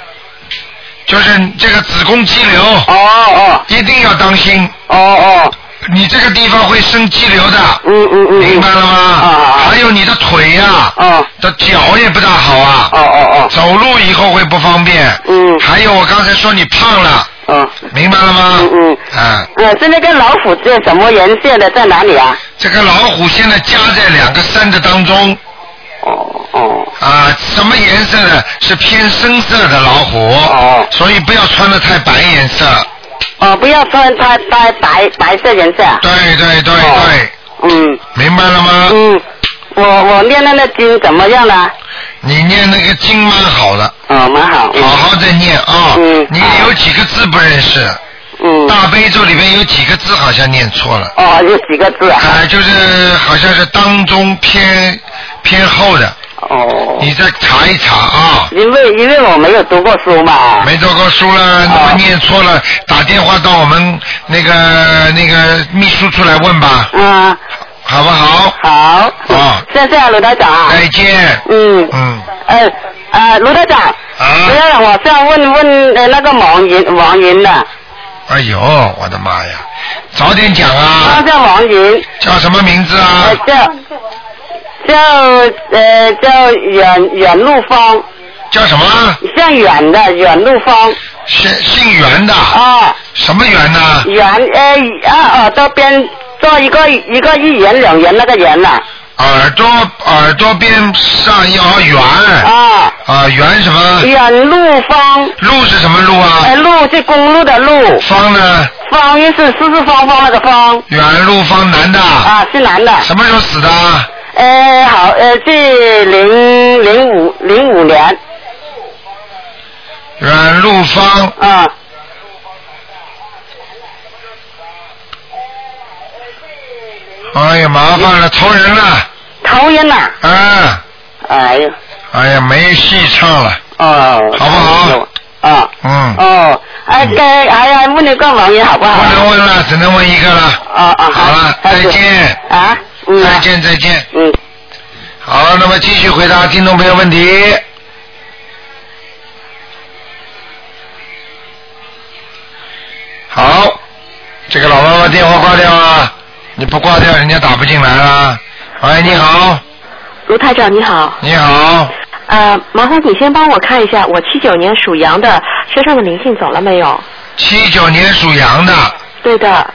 就是这个子宫肌瘤。哦哦。一定要当心。哦哦。你这个地方会生肌瘤的。嗯嗯嗯。明白了吗？啊还有你的腿呀、哦。的脚也不大好啊。哦哦哦。走路以后会不方便。嗯。还有我刚才说你胖了。嗯。明白了吗？嗯嗯。啊。呃，是那个老虎是什么颜色的，在哪里啊？这个老虎现在夹在两个山的当中。哦哦。啊，什么颜色的？是偏深色的老虎。哦。所以不要穿的太白颜色。哦，不要穿它它白白色颜色啊。对对对对。嗯。明白了吗？嗯，我我念那个经怎么样了？你念那个经蛮好的。哦，蛮好。好好的念啊。嗯。你有几个字不认识？嗯。大悲咒里面有几个字好像念错了。哦，有几个字啊？啊、就是好像是当中偏偏后的。哦。你再查一查啊。因为因为我没有读过书嘛。没读过书嗯了，那么念错了，打电话到我们那个那个秘书处来问吧，嗯，好不好？好。啊。谢谢啊，卢台长啊。再见。嗯。嗯。呃呃，卢台长。啊。卢台长，我想问问呃那个王云王云的，哎呦，我的妈呀！早点讲啊。他叫王云。叫什么名字啊？呃叫叫呃叫远远路芳。叫什么？姓远的远路芳。姓姓袁的。啊。什么袁呢？远呃啊耳朵边做一个一个一元两元那个元呐、耳朵耳朵边上要圆。啊。啊，圆什么？远路方。路是什么路啊？呃路是公路的路。方呢？方就是四四方方那个方。远路方男的。啊，是男的。什么时候死的？呃，好，呃，是零零五零五年。阮路芳。啊。哎呀，麻烦了，投人了。头人呐、啊。哎呀。哎呀，没戏唱了。哦。好不好？啊。嗯。哦，哎，该哎呀，问你个王爷好不好？不能问了，只能问一个了。哦啊啊。好了，再见。啊。再见，再见。嗯。好，那么继续回答听众朋友问题。好，这个老妈妈电话挂掉啊，你不挂掉，人家打不进来啦。喂，你好，卢台长你好，你好，呃，麻烦你先帮我看一下，我七九年属羊的身上的灵性走了没有？七九年属羊的，对的，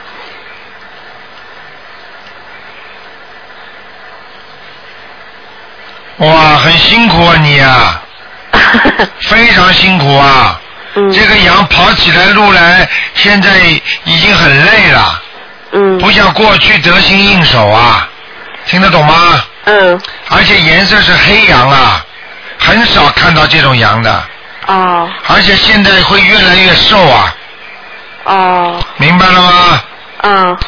哇，很辛苦啊你啊，非常辛苦啊。嗯嗯这个羊跑起来路来，现在已经很累了。嗯。不像过去得心应手啊，听得懂吗？嗯。而且颜色是黑羊啊，很少看到这种羊的。哦。而且现在会越来越瘦啊，哦，明白了吗？嗯，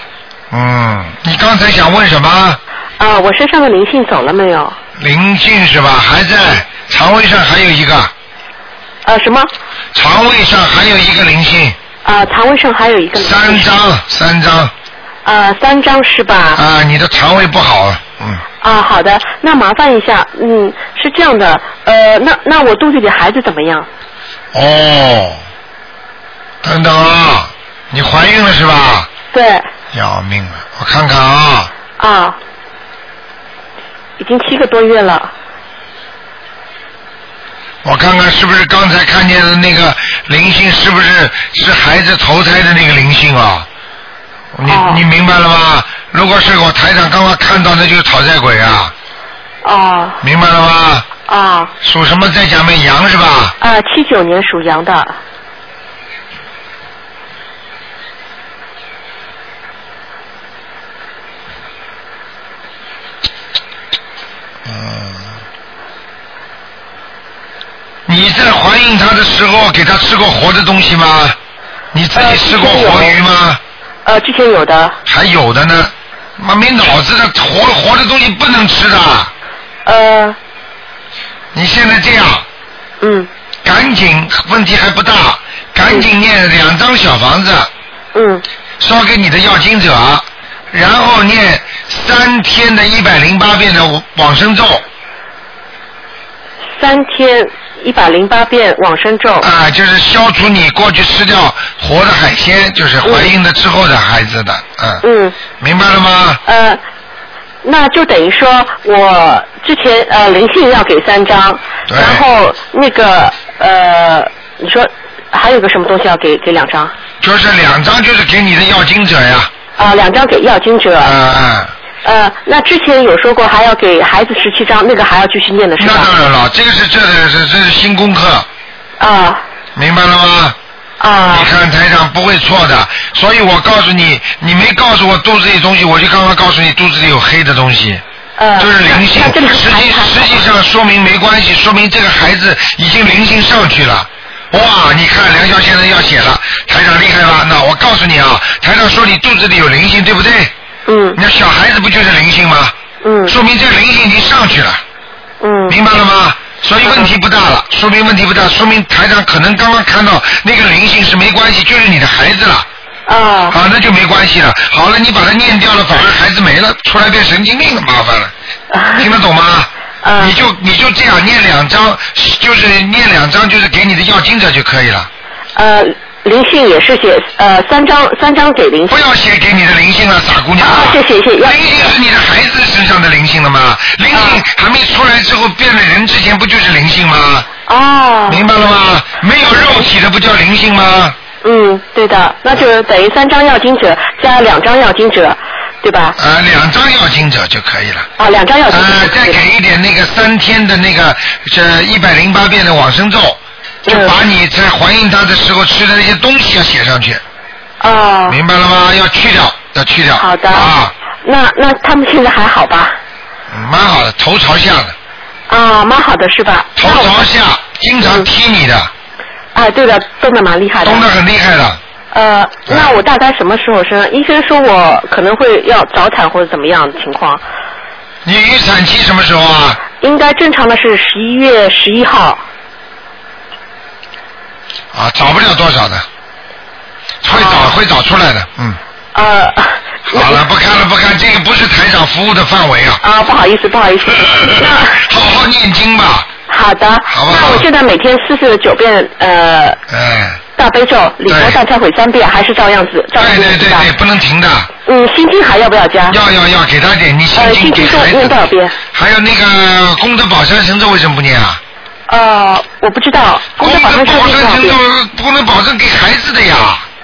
嗯，你刚才想问什么？啊，我身上的灵性走了没有？灵性是吧？还在肠胃上还有一个。呃，什么？肠胃上还有一个灵性。啊，肠胃上还有一个。三张，三张。呃，三张是吧？啊，你的肠胃不好，嗯，啊，好的，那麻烦一下，嗯，是这样的，呃，那那我肚子里孩子怎么样？哦，等等啊，你怀孕了是吧？对，要命了，我看看啊，啊，已经七个多月了，我看看是不是刚才看见的那个灵性是不是是孩子投胎的那个灵性啊？你、你明白了吗？如果是我台长刚刚看到，那就是讨债鬼啊，哦明白了吗？啊属什么在讲面羊是吧？啊，七九年属羊的，嗯你在怀孕他的时候给他吃过活的东西吗？你自己吃过活鱼吗？呃，之前有的。还有的呢，妈没脑子的，活活的东西不能吃的。呃。你现在这样。嗯。赶紧，问题还不大，赶紧念两张小房子。嗯。烧给你的要经者，然后念三天的一百零八遍的往生咒。三天一百零八遍往生咒。啊，就是消除你过去吃掉活的海鲜，就是怀孕了之后的孩子的，嗯。嗯。明白了吗？呃，那就等于说我之前呃灵性要给三张，然后那个呃，你说还有个什么东西要给给两张？就是两张，就是给你的要经者呀。啊、两张给要经者。嗯嗯。呃，那之前有说过还要给孩子十七张，那个还要继续念的是吧？当然了，这个是这个是这是新功课。啊。明白了吗？啊。你看台长不会错的，所以我告诉你，你没告诉我肚子里东西，我就刚刚告诉你肚子里有黑的东西。呃。就是灵性，实际实际上说明没关系，说明这个孩子已经灵性上去了。哇，你看梁霄先生要写了，台长厉害吧？那我告诉你啊，台长说你肚子里有灵性，对不对？嗯。那小孩子不就是灵性吗？嗯。说明这个灵性已经上去了。嗯。明白了吗？所以问题不大了，说明问题不大，说明台长可能刚刚看到那个灵性是没关系，就是你的孩子了。啊。好，那就没关系了。好了，你把它念掉了，反而孩子没了，出来变神经病了，麻烦啊了。听得懂吗？嗯你就你就这样念两张，就是念两张，就是给你的要经者就可以了。呃，灵性也是写呃三张三张给灵性。不要写给你的灵性了，傻姑娘。啊，谢谢谢谢。要啊灵性是你的孩子身上的灵性了吗？灵性还没出来之后变了人之前，不就是灵性吗？哦。明白了吗？没有肉体的不叫灵性吗？嗯，对的，那就是等于三张要经者加两张要经者，对吧？啊，两张要经者就可以了。啊，两张要经者。呃，再给一点那个三天的那个这一百零八遍的往生咒，嗯就把你在怀孕她的时候吃的那些东西要写上去。哦。明白了吗？要去掉，要去掉。好的。啊，那那他们现在还好吧？嗯蛮好的，头朝下的，啊，蛮好的是吧？头朝下，经常踢你的，哎，对的，动的蛮厉害的。动得很厉害的。呃，那我大概什么时候生？医生说我可能会要早产或者怎么样的情况。你预产期什么时候啊？应该正常的是十一月十一号。啊，找不了多少的，会哦找会找出来的，嗯。呃。好 了，不看了，不看，这个不是台长服务的范围啊。啊，不好意思，不 好意思。好好念经吧。好的，那我现在每天四十九遍呃哎，大悲咒，礼佛大忏悔三遍，还是照样子，照样子对对吧对，不啊能停的。嗯，心经还要不要加？要要要，给他点，你心呃，经心给经说孩念多少子。遍？还有那个功德宝山神咒为什么不念啊？呃，我不知道。功德宝山神咒念多少神遍咒不能保证给孩子的呀。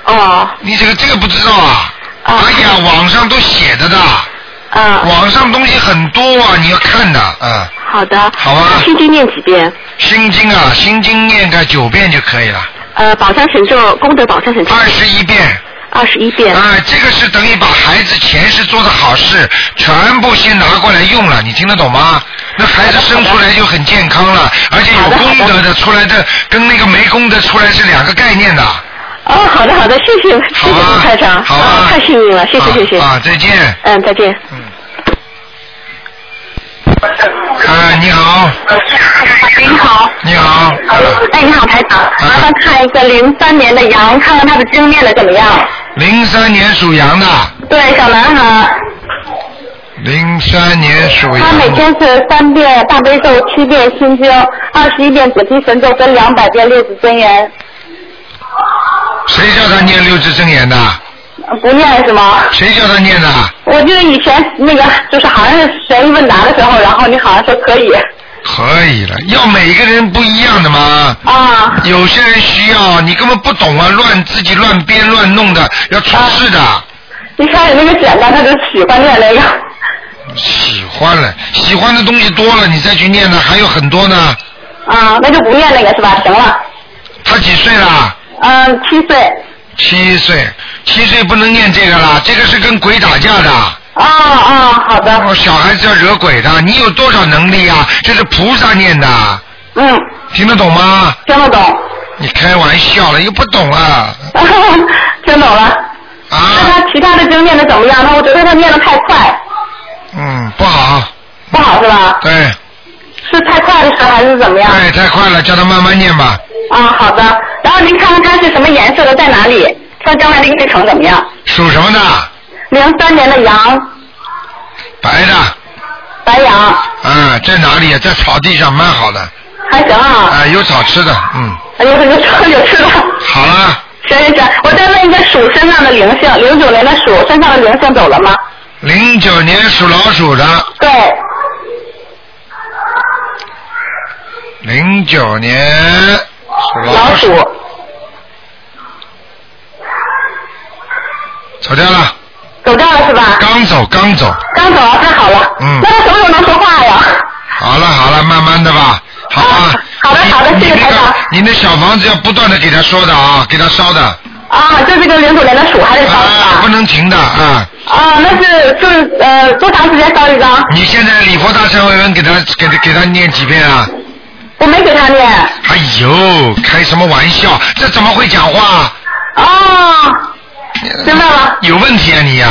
哦。你这个这个不知道啊？哎呀，网上都写着的。啊。网上东西很多啊，你要看的，嗯。好的。好吧。心经念几遍？心经啊，心经念个九遍就可以了。呃，宝山神咒，功德宝山嗯神咒。二十一遍。二十一遍。啊，这个是等于把孩子前世做的好事全部先拿过来用了，你听得懂吗？那孩子生出来就很健康了，而且有功德的出来的，跟那个没功德出来是两个概念的。哦，好的好的，谢谢谢谢卢台长，好吧啊太幸运了，谢谢啊谢谢。啊再见嗯，再见。啊，你好。你好。你好。啊哎，你好，台长，麻烦看一个零三年的羊，看看他的经念的怎么样。零三年属羊的，对，小男孩，零三年属他羊每的，天是三遍大悲咒、七遍心经、二十一遍紫皮神咒跟两百遍六字真言，谁叫他念六字真言的？呃不念是吗？谁叫他念的？我就是以前那个，就是好像是悬疑问答的时候，然后你好像说可以。可以了，要每个人不一样的嘛。啊。 有些人需要，你根本不懂啊，乱自己乱编乱弄的，要出事的。一开始那个简单，他就喜欢念那个。喜欢了，喜欢的东西多了，你再去念呢，还有很多呢。啊，那就不念那个是吧？行了。他几岁啦？嗯，七岁。七岁，七岁不能念这个啦，这个是跟鬼打架的。啊啊，好的。哦，小孩子要惹鬼的，你有多少能力啊？这是菩萨念的。嗯。听得懂吗？听得懂。 你开玩笑了，又不懂啊。听懂了。啊。那他其他的经念的怎么样？那我觉得他念的太快，嗯，不好。不好是吧？对。是太快的时候还是怎么样？对，太快了，叫他慢慢念吧。啊，好的。然后您看看它是什么颜色的，在哪里？它将来那个日程怎么样？属什么的？零三年的羊，白的。白羊。啊，在哪里？在草地上，蛮好的。还行啊。啊，有草吃的，嗯。哎呦，有吃有吃的。好了， 行行行，我再问一个鼠身上的灵性，零九年的鼠身上的灵性走了吗？零九年属老鼠的，对，零九年属老鼠。走掉了，走掉了是吧？刚走，刚走。刚走了，太好了。嗯那他什么时候能说话呀？好了好了，慢慢的吧，好吧。好的啊好的，谢谢台长。你的小房子要不断的给他说的啊，给他烧的，啊啊，这是个零九年的鼠，还得烧是吧？不能停的啊。啊，那是就是呃多长时间烧一张？你现在礼佛大忏悔文给他给他给他念几遍啊？我没给他念。哎呦，开什么玩笑？这怎么会讲话？哦，明白了。有问题啊你呀、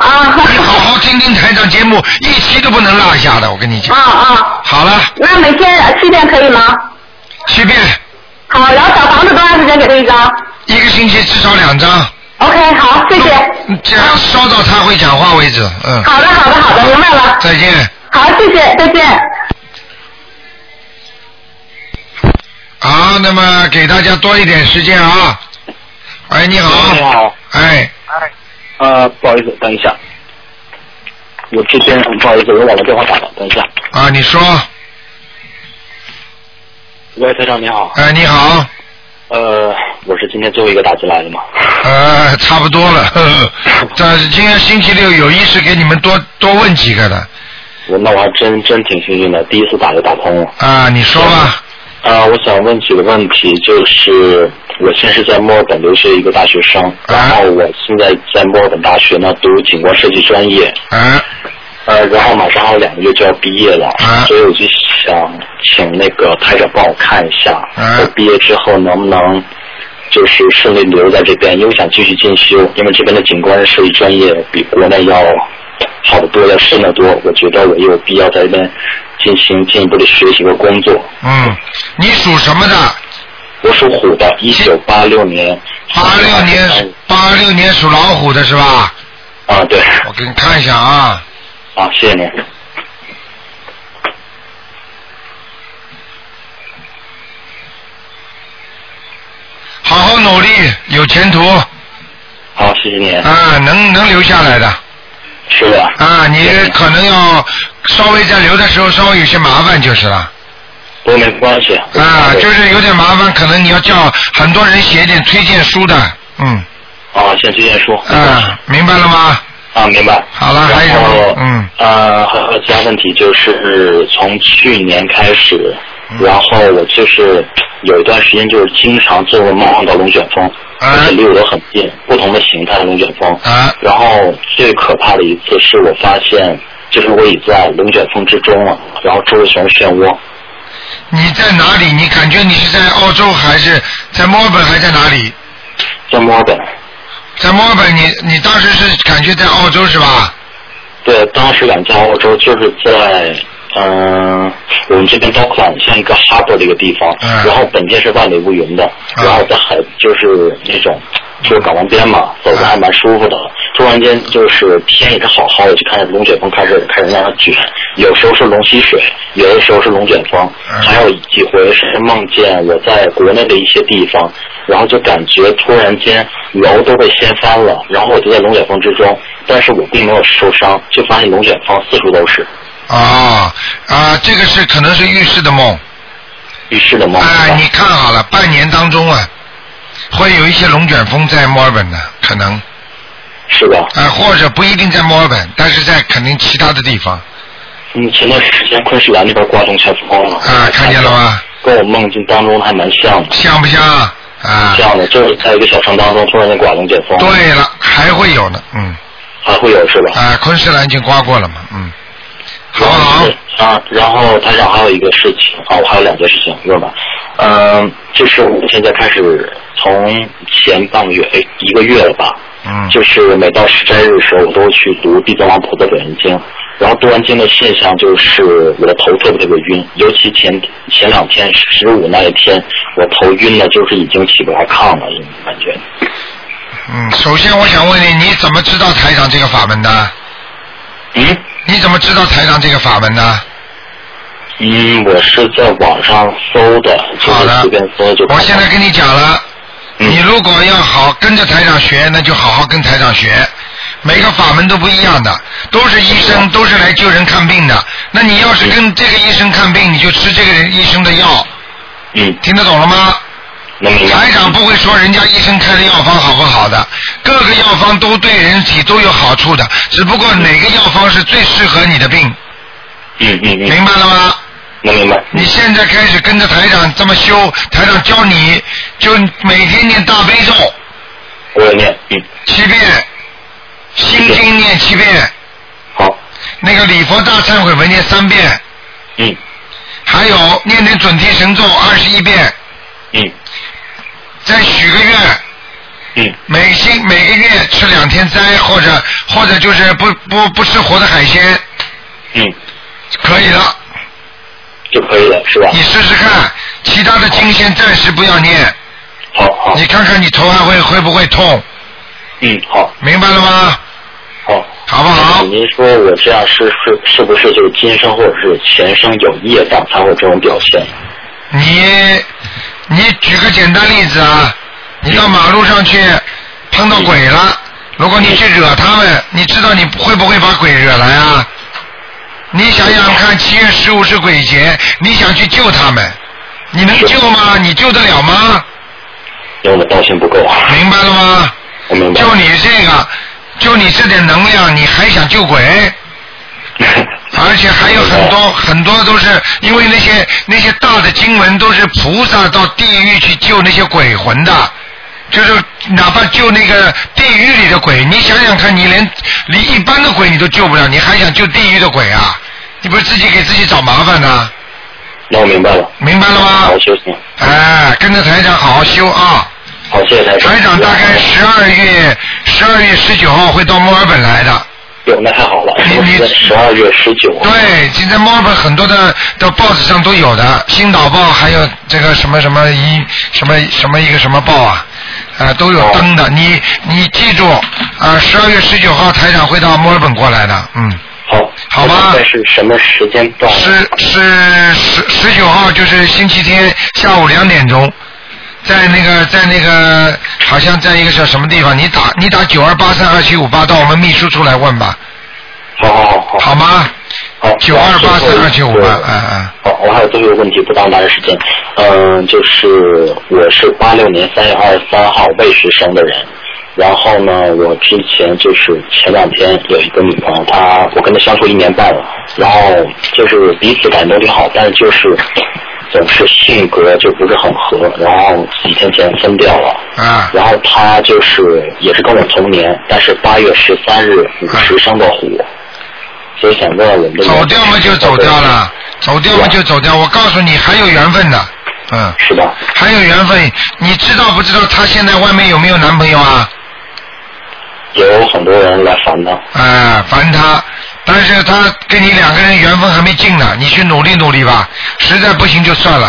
啊！你好好听听台长节目，一期都不能落下的，我跟你讲。啊啊！好了，那每天呃七遍可以吗？七遍，好，然后小房子多长时间给他一张一个星期至少两张， ？OK，好，谢谢。这样烧到他会讲话为止。嗯。好的，好的，好的，明白了。再见。好，谢谢，再见。好，那么给大家多一点时间啊。喂，你好。你好。哎。呃，不好意思，等一下，我这边不好意思，我把我电话打了，等一下。啊，你说，喂，台长你好。哎，你好，呃，我是今天最后一个打进来的嘛。呃，差不多了， 呵呵这今天星期六有意识给你们多多问几个的呃我那我还真真挺幸运的，第一次打就打通了。啊，你说吧，啊、我想问几个问题，就是我现在是在墨尔本留学一个大学生，然后我现在在墨尔本大学呢读景观设计专业，啊呃，然后马上还有两个月就要毕业了，所以我就想请那个台长帮我看一下，我毕业之后能不能就是顺利留在这边，因为我想继续进修，因为这边的景观设计专业比国内要好得多，要深得多，我觉得我有必要在这边进行进一步的学习和工作。嗯，你属什么的？我属虎的，一九八六年。八六年，八六年属老虎的是吧？啊，对。我给你看一下啊。啊，谢谢您。好好努力，有前途。好，谢谢您。啊，能能留下来的。是的。啊，你可能要稍微在留的时候稍微有些麻烦就是了。都没关系。啊，就是有点麻烦，可能你要叫很多人写一点推荐书的，嗯，啊，先推荐书。啊，明白了吗？啊，明白。好了，还有什么？嗯，呃，还有其他问题，就是从去年开始，嗯然后我就是有一段时间就是经常做梦梦到龙卷风，而且离我都很近，不同的形态的龙卷风。啊。然后最可怕的一次是我发现，就是我已在龙卷风之中了，然后周围全是漩涡。你在哪里？你感觉你是在澳洲还是在墨尔本还在哪里？在墨尔本。在墨尔本，你你当时是感觉在澳洲是吧？对，当时赶在澳洲，就是在嗯、我们这边 Dockland 像一个 harbor 的一个地方，然后本地是万里无云的，然后在海就是那种就是港湾边嘛，走着还蛮舒服的。突然间就是天也是好好的，就开始龙卷风开始开始让它卷，有时候是龙吸水，有的时候是龙卷风，嗯还有几回是梦见我在国内的一些地方，然后就感觉突然间楼都被掀翻了，然后我就在龙卷风之中，但是我并没有受伤，就发现龙卷风四处都是。哦，啊，这个是可能是预示的梦。预示的梦。啊，你看好了，半年当中啊，会有一些龙卷风在墨尔本的，可能。是吧？啊，或者不一定在墨尔本，但是在肯定其他的地方。嗯，前段时间昆士兰那边刮龙旋风了。啊，看见了吗？跟我梦境当中还蛮像的。像不像？啊。像的，就是在一个小城当中突然间刮龙卷风。对了，还会有呢，嗯。还会有是吧？啊，昆士兰已经刮过了嘛，嗯。好好。啊，然后台长还有一个事情啊，我还有两件事情，知道吧？嗯，就是我现在开始从前半个月，哎，一个月了吧，嗯，就是每到十斋日的时候，我都会去读地藏王菩萨本人经，然后读完经的现象就是我的头特别特别晕，尤其前前两天十五那一天，我头晕的，就是已经起不来炕了，感觉。嗯，首先我想问你，你怎么知道台长这个法门的？嗯？你怎么知道台长这个法门的？嗯，我是在网上搜的，就是随便搜就。我现在跟你讲了，嗯你如果要好跟着台长学，那就好好跟台长学。每个法门都不一样的，都是医嗯生，都是来救人看病的。那你要是跟这个医生看病，你就吃这个人医生的药。嗯。听得懂了吗？能明白。台长不会说人家医生开的药方好不好的，各个药方都对人体都有好处的，只不过哪个药方是最适合你的病，嗯嗯嗯。明白了吗？能明白。你现在开始跟着台长这么修，台长教你就每天念大悲咒我也念，嗯。七遍，心经念七遍，好，那个礼佛大忏悔文念三遍，嗯，还有念点准提神咒二十一遍，嗯，再许个愿，嗯，每星每个月吃两天斋，或者或者就是不不不吃活的海鲜，嗯，可以了。就可以了，是吧？你试试看，其他的经先暂时不要念。好好。你看看你头还会会不会痛？嗯，好。明白了吗？好。好不好？您说我这样是是是不是就是今生或者是前生有业障才会有这种表现？你你举个简单例子啊，你到马路上去碰到鬼了，如果你去惹他们，你知道你会不会把鬼惹来啊？你想想看，七月十五是鬼节，你想去救他们，你能救吗？你救得了吗？因为我的道行不够啊。明白了吗？我明白。就你这个，就你这点能量，你还想救鬼？而且还有很多很多都是因为那些那些大的经文都是菩萨到地狱去救那些鬼魂的，就是哪怕救那个地狱里的鬼，你想想看，你连连一般的鬼你都救不了，你还想救地狱的鬼啊？你不是自己给自己找麻烦呢、 那我明白了。明白了吗？好，休息。哎，跟着台长好好修啊！好，谢谢台长。台长大概十二月十二月十九号会到墨尔本来的。哟，那太好了。你你十二月十九。对，现在墨尔本很多的的报纸上都有的，《星岛报》还有这个什么什么一什么什么一个什么报啊，啊、都有登的。你你记住啊，十、二月十九号台长会到墨尔本过来的，嗯。好。好吧。但是什么时间段？是是十十九号就是星期天下午两点钟，在那个在那个好像在一个叫什么地方，你打你打九二八三二七五八到我们秘书处来问吧。好好好好。啊好吗？好。九二八三二七五八，嗯嗯。好，我还有最后一个问题，不耽误大家时间。嗯，就是我是八六年三月二十三号未时生的人，然后呢，我之前就是前两天有一个女朋友，她我跟她相处一年半了，然后就是彼此感觉都挺好，但是就是总是性格就不是很合，然后几天前分掉了。啊然后她就是也是跟我同年，但是八月十三日五十生的虎，所以想问问我们的走掉嘛就走掉了，走掉嘛就走掉。我告诉你，还有缘分的，嗯。是吧？还有缘分，你知道不知道她现在外面有没有男朋友啊？有很多人来烦她。哎，烦她，但是她跟你两个人缘分还没尽呢，你去努力努力吧，实在不行就算了，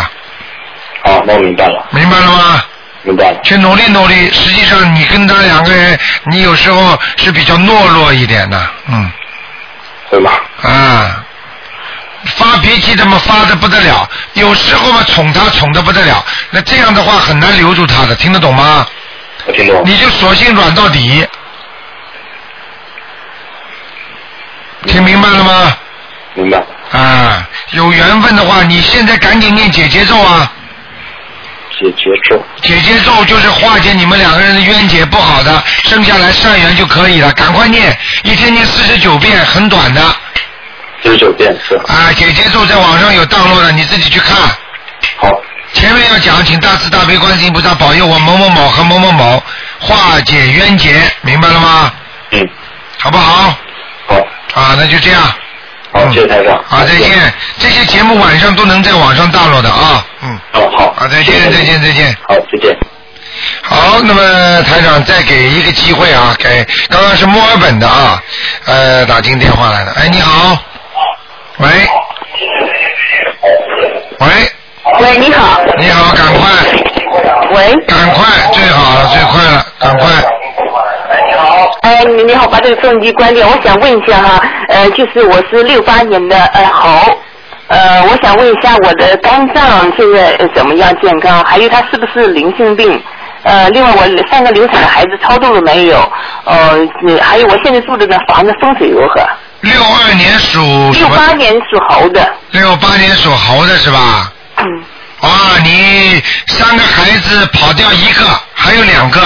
啊，那我明白了，明白了吗？明白了。去努力努力，实际上你跟他两个人，你有时候是比较懦弱一点的，嗯。会吗？啊，发脾气这么发的不得了，有时候嘛宠他宠的不得了，那这样的话很难留住他的，听得懂吗？我听懂。你就索性软到底，听明白了吗？明白？啊，有缘分的话，你现在赶紧念姐姐咒啊！解决咒。姐姐咒就是化解你们两个人的冤结，不好的生下来善缘就可以了，赶快念，一天念四十九遍，很短的。四十九遍是。啊，姐姐咒在网上有当落的，你自己去看。好。前面要讲，请大慈大悲观世音菩萨保佑我某某某和某某某化解冤结，明白了吗？嗯。好不好？好。啊，那就这样。好，谢谢台长。嗯好，再见。这些节目晚上都能在网上大落的啊。嗯。哦，好。好，再见，再见，再见。好，再见。好，那么台长再给一个机会啊，给刚刚是墨尔本的啊，呃，打进电话来的。哎，你好。喂。喂。喂，你好。你好，赶快。喂。赶快，最好了，最快了，赶快。哎，你你好，把这个收音机关掉。我想问一下哈，呃，就是我是六八年的呃猴，呃，我想问一下我的肝脏现在呃怎么样健康，还有它是不是灵性病？呃，另外我三个流产的孩子超度了没有？呃，你还有我现在住的那房子风水如何？六二年属什六么八年属猴的，六八年属猴的是吧？嗯。啊，你三个孩子跑掉一个，还有两个。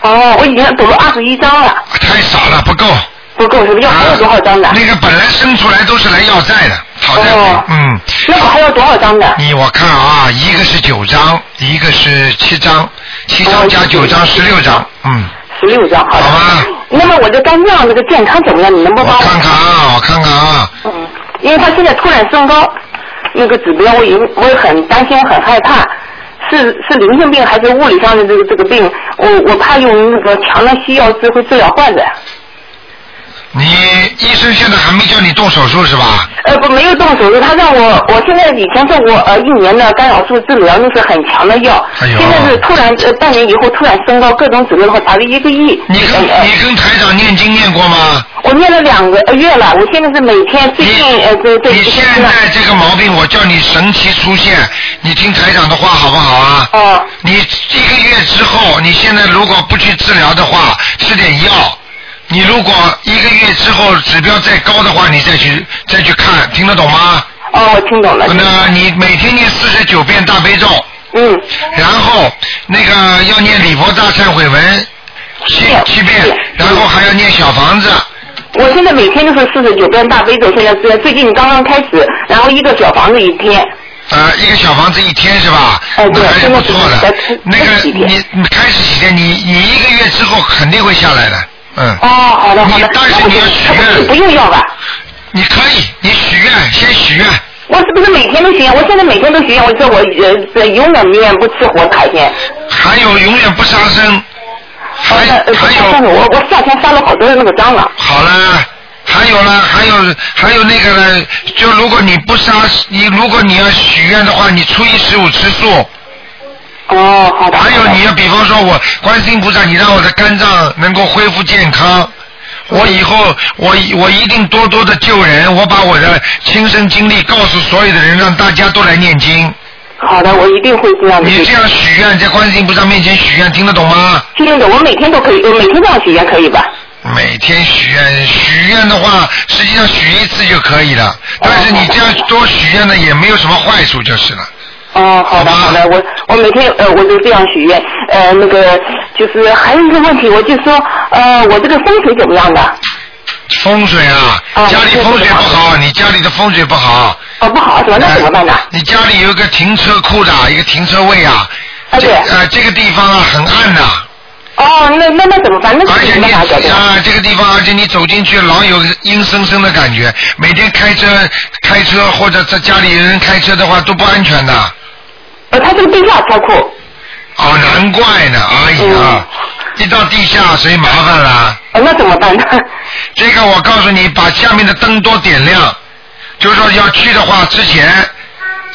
哦，我已经读了二十一章了。太少了，不够。啊不够，是不是要还有多少张的？哦那个本来生出来都是来要债的，讨债的。嗯。那我还要多少张的？你我看啊，一个是九张，一个是七张，七张加九张十六张，嗯。十六张，好的。那么我的肝脏这个健康怎么样？你能不能帮我？看看啊，我看看啊。嗯，因为它现在突然升高，那个指标我也我也很担心，很害怕，是是灵性病还是物理上的这个这个病？我我怕用那个强的西药治会治疗坏的。你医生现在还没叫你动手术是吧？呃，不，没有动手术，他让我，我现在以前做过呃一年的干扰素治疗，那是很强的药，哎呦现在是突然呃半年以后突然升高，各种指标的话查了一个亿。呃你跟嗯你跟台长念经念过吗？我念了两个呃月了，我现在是每天最近呃这这你一个现在这个毛病，我叫你神奇出现，你听台长的话好不好啊？哦。你一个月之后，你现在如果不去治疗的话，吃点药，你如果一个月之后指标再高的话，你再去再去看，听得懂吗？哦，我听懂了。那你每天念四十九遍大悲咒。嗯。然后那个要念礼佛大忏悔文七嗯七遍，然后还要念小房子。我现在每天都是四十九遍大悲咒，现在是最近刚刚开始，然后一个小房子一天。呃，一个小房子一天是吧？哎，那对，还是现不在错的。是那个你你开始几天，你你一个月之后肯定会下来的，嗯。哦，好的好你的，但是你要许愿。不用药吧？你可以，你许愿，先许愿。我是不是每天都许愿？我现在每天都许愿，我说我呃这永远永远不吃活的海鲜。还有永远不杀生。还还有，呃我我夏天杀了好多的那个蟑螂。好了，还有呢，还有还有那个呢，就如果你不杀，你如果你要许愿的话，你初一十五吃素。哦，好的。还有你要比方说我观世音菩萨，你让我的肝脏能够恢复健康。我以后我我一定多多的救人，我把我的亲身经历告诉所有的人，让大家都来念经。好的，我一定会这样的。你这样许愿，在观世音菩萨面前许愿，听得懂吗？听的，我每天都可以，我每天这样许愿可以吧？每天许愿，许愿的话，实际上许一次就可以了。但是你这样多许愿呢，也没有什么坏处就是了。哦，好的好的，我我每天呃我都这样许愿，呃那个就是还有一个问题，我就说呃我这个风水怎么样的？风水啊，家里风水不好，你家里的风水不好。哦，不好是吧？哎那怎么办呢？你家里有一个停车库的，一个停车位啊。啊这呃，这个地方啊很暗的。哦，那那那怎么办？那而且怎么你办搞定？啊，这个地方，而且你走进去老有阴森森的感觉。每天开车、开车或者在家里人开车的话都不安全的。呃，它是个地下车库。嗯哦，难怪呢，哎呀，一到地下谁麻烦啦？哦，那怎么办呢？ 这个我告诉你，把下面的灯多点亮，就是说要去的话之前，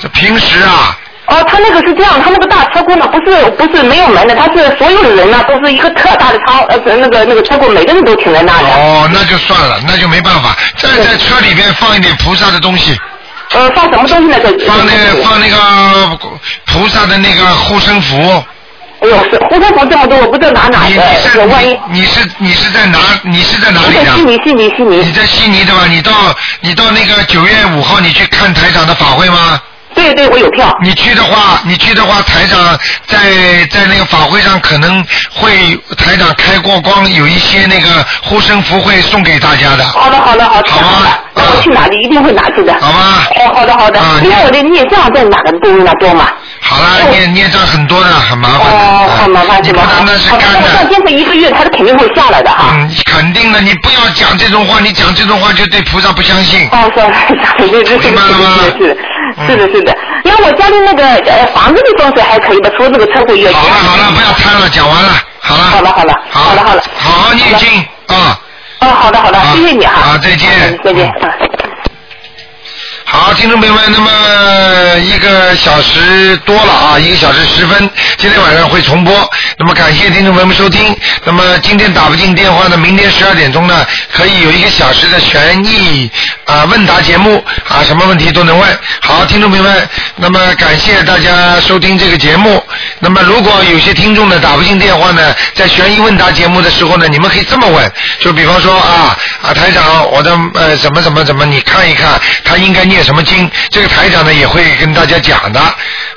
这平时啊，哦，他那个是这样，他那个大车库呢，不是不是没有门的，他是所有的人呢都是一个特大的仓，呃，那个那个车库，每个人都停在那里。啊哦，那就算了，那就没办法。再在车里边放一点菩萨的东西。呃，放什么东西呢？放那放那个菩萨的那个护身符。哦，有事，护身符这么多，我不知道拿哪你个你，是我万一你你是你是在哪你是在哪里的？我在悉尼悉尼悉尼。你在悉尼对吧？你到你到那个九月五号你去看台长的法会吗？对对，我有票。你去的话，你去的话，台长在在那个法会上可能会台长开过光，有一些那个护身符会送给大家的。好的，好的，好的，好的，那我去哪里一定会拿去的。好吗？哦，好的，好的。因为我的孽障在哪个部位那多嘛？好啦，孽孽障很多的，很麻烦的。哦，啊好麻烦哦是吧？好的，那我上坚持一个月，他是肯定会下来的哈。嗯，肯定的，你不要讲这种话，你讲这种话就对菩萨不相信。哦，是对对对，是的，是的，是的，是的。因为我家里那个呃房子的风水还可以吧，除了这个车毁越。好了好了，不要贪了，讲完了，好了。好了好了，好了好了。好好念经啊。哦，好的好的，谢谢你哈。嗯好，再见。再见。啊好，听众朋友们，那么一个小时多了啊，一个小时十分，今天晚上会重播。那么感谢听众朋友们收听。那么今天打不进电话呢，明天十二点钟呢，可以有一个小时的悬疑啊问答节目啊，什么问题都能问。好，听众朋友们，那么感谢大家收听这个节目。那么如果有些听众呢打不进电话呢，在悬疑问答节目的时候呢，你们可以这么问，就比方说啊啊台长，我的呃怎么怎么怎么，你看一看他应该念什么经，这个台长呢也会跟大家讲的，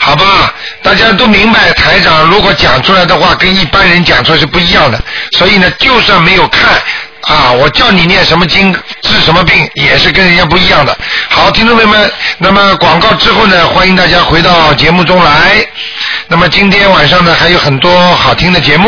好吧？大家都明白，台长如果讲出来的话，跟一般人讲出来是不一样的，所以呢，就算没有看。啊，我叫你念什么经治什么病，也是跟人家不一样的。好，听众朋友们，那么广告之后呢，欢迎大家回到节目中来。那么今天晚上呢，还有很多好听的节目。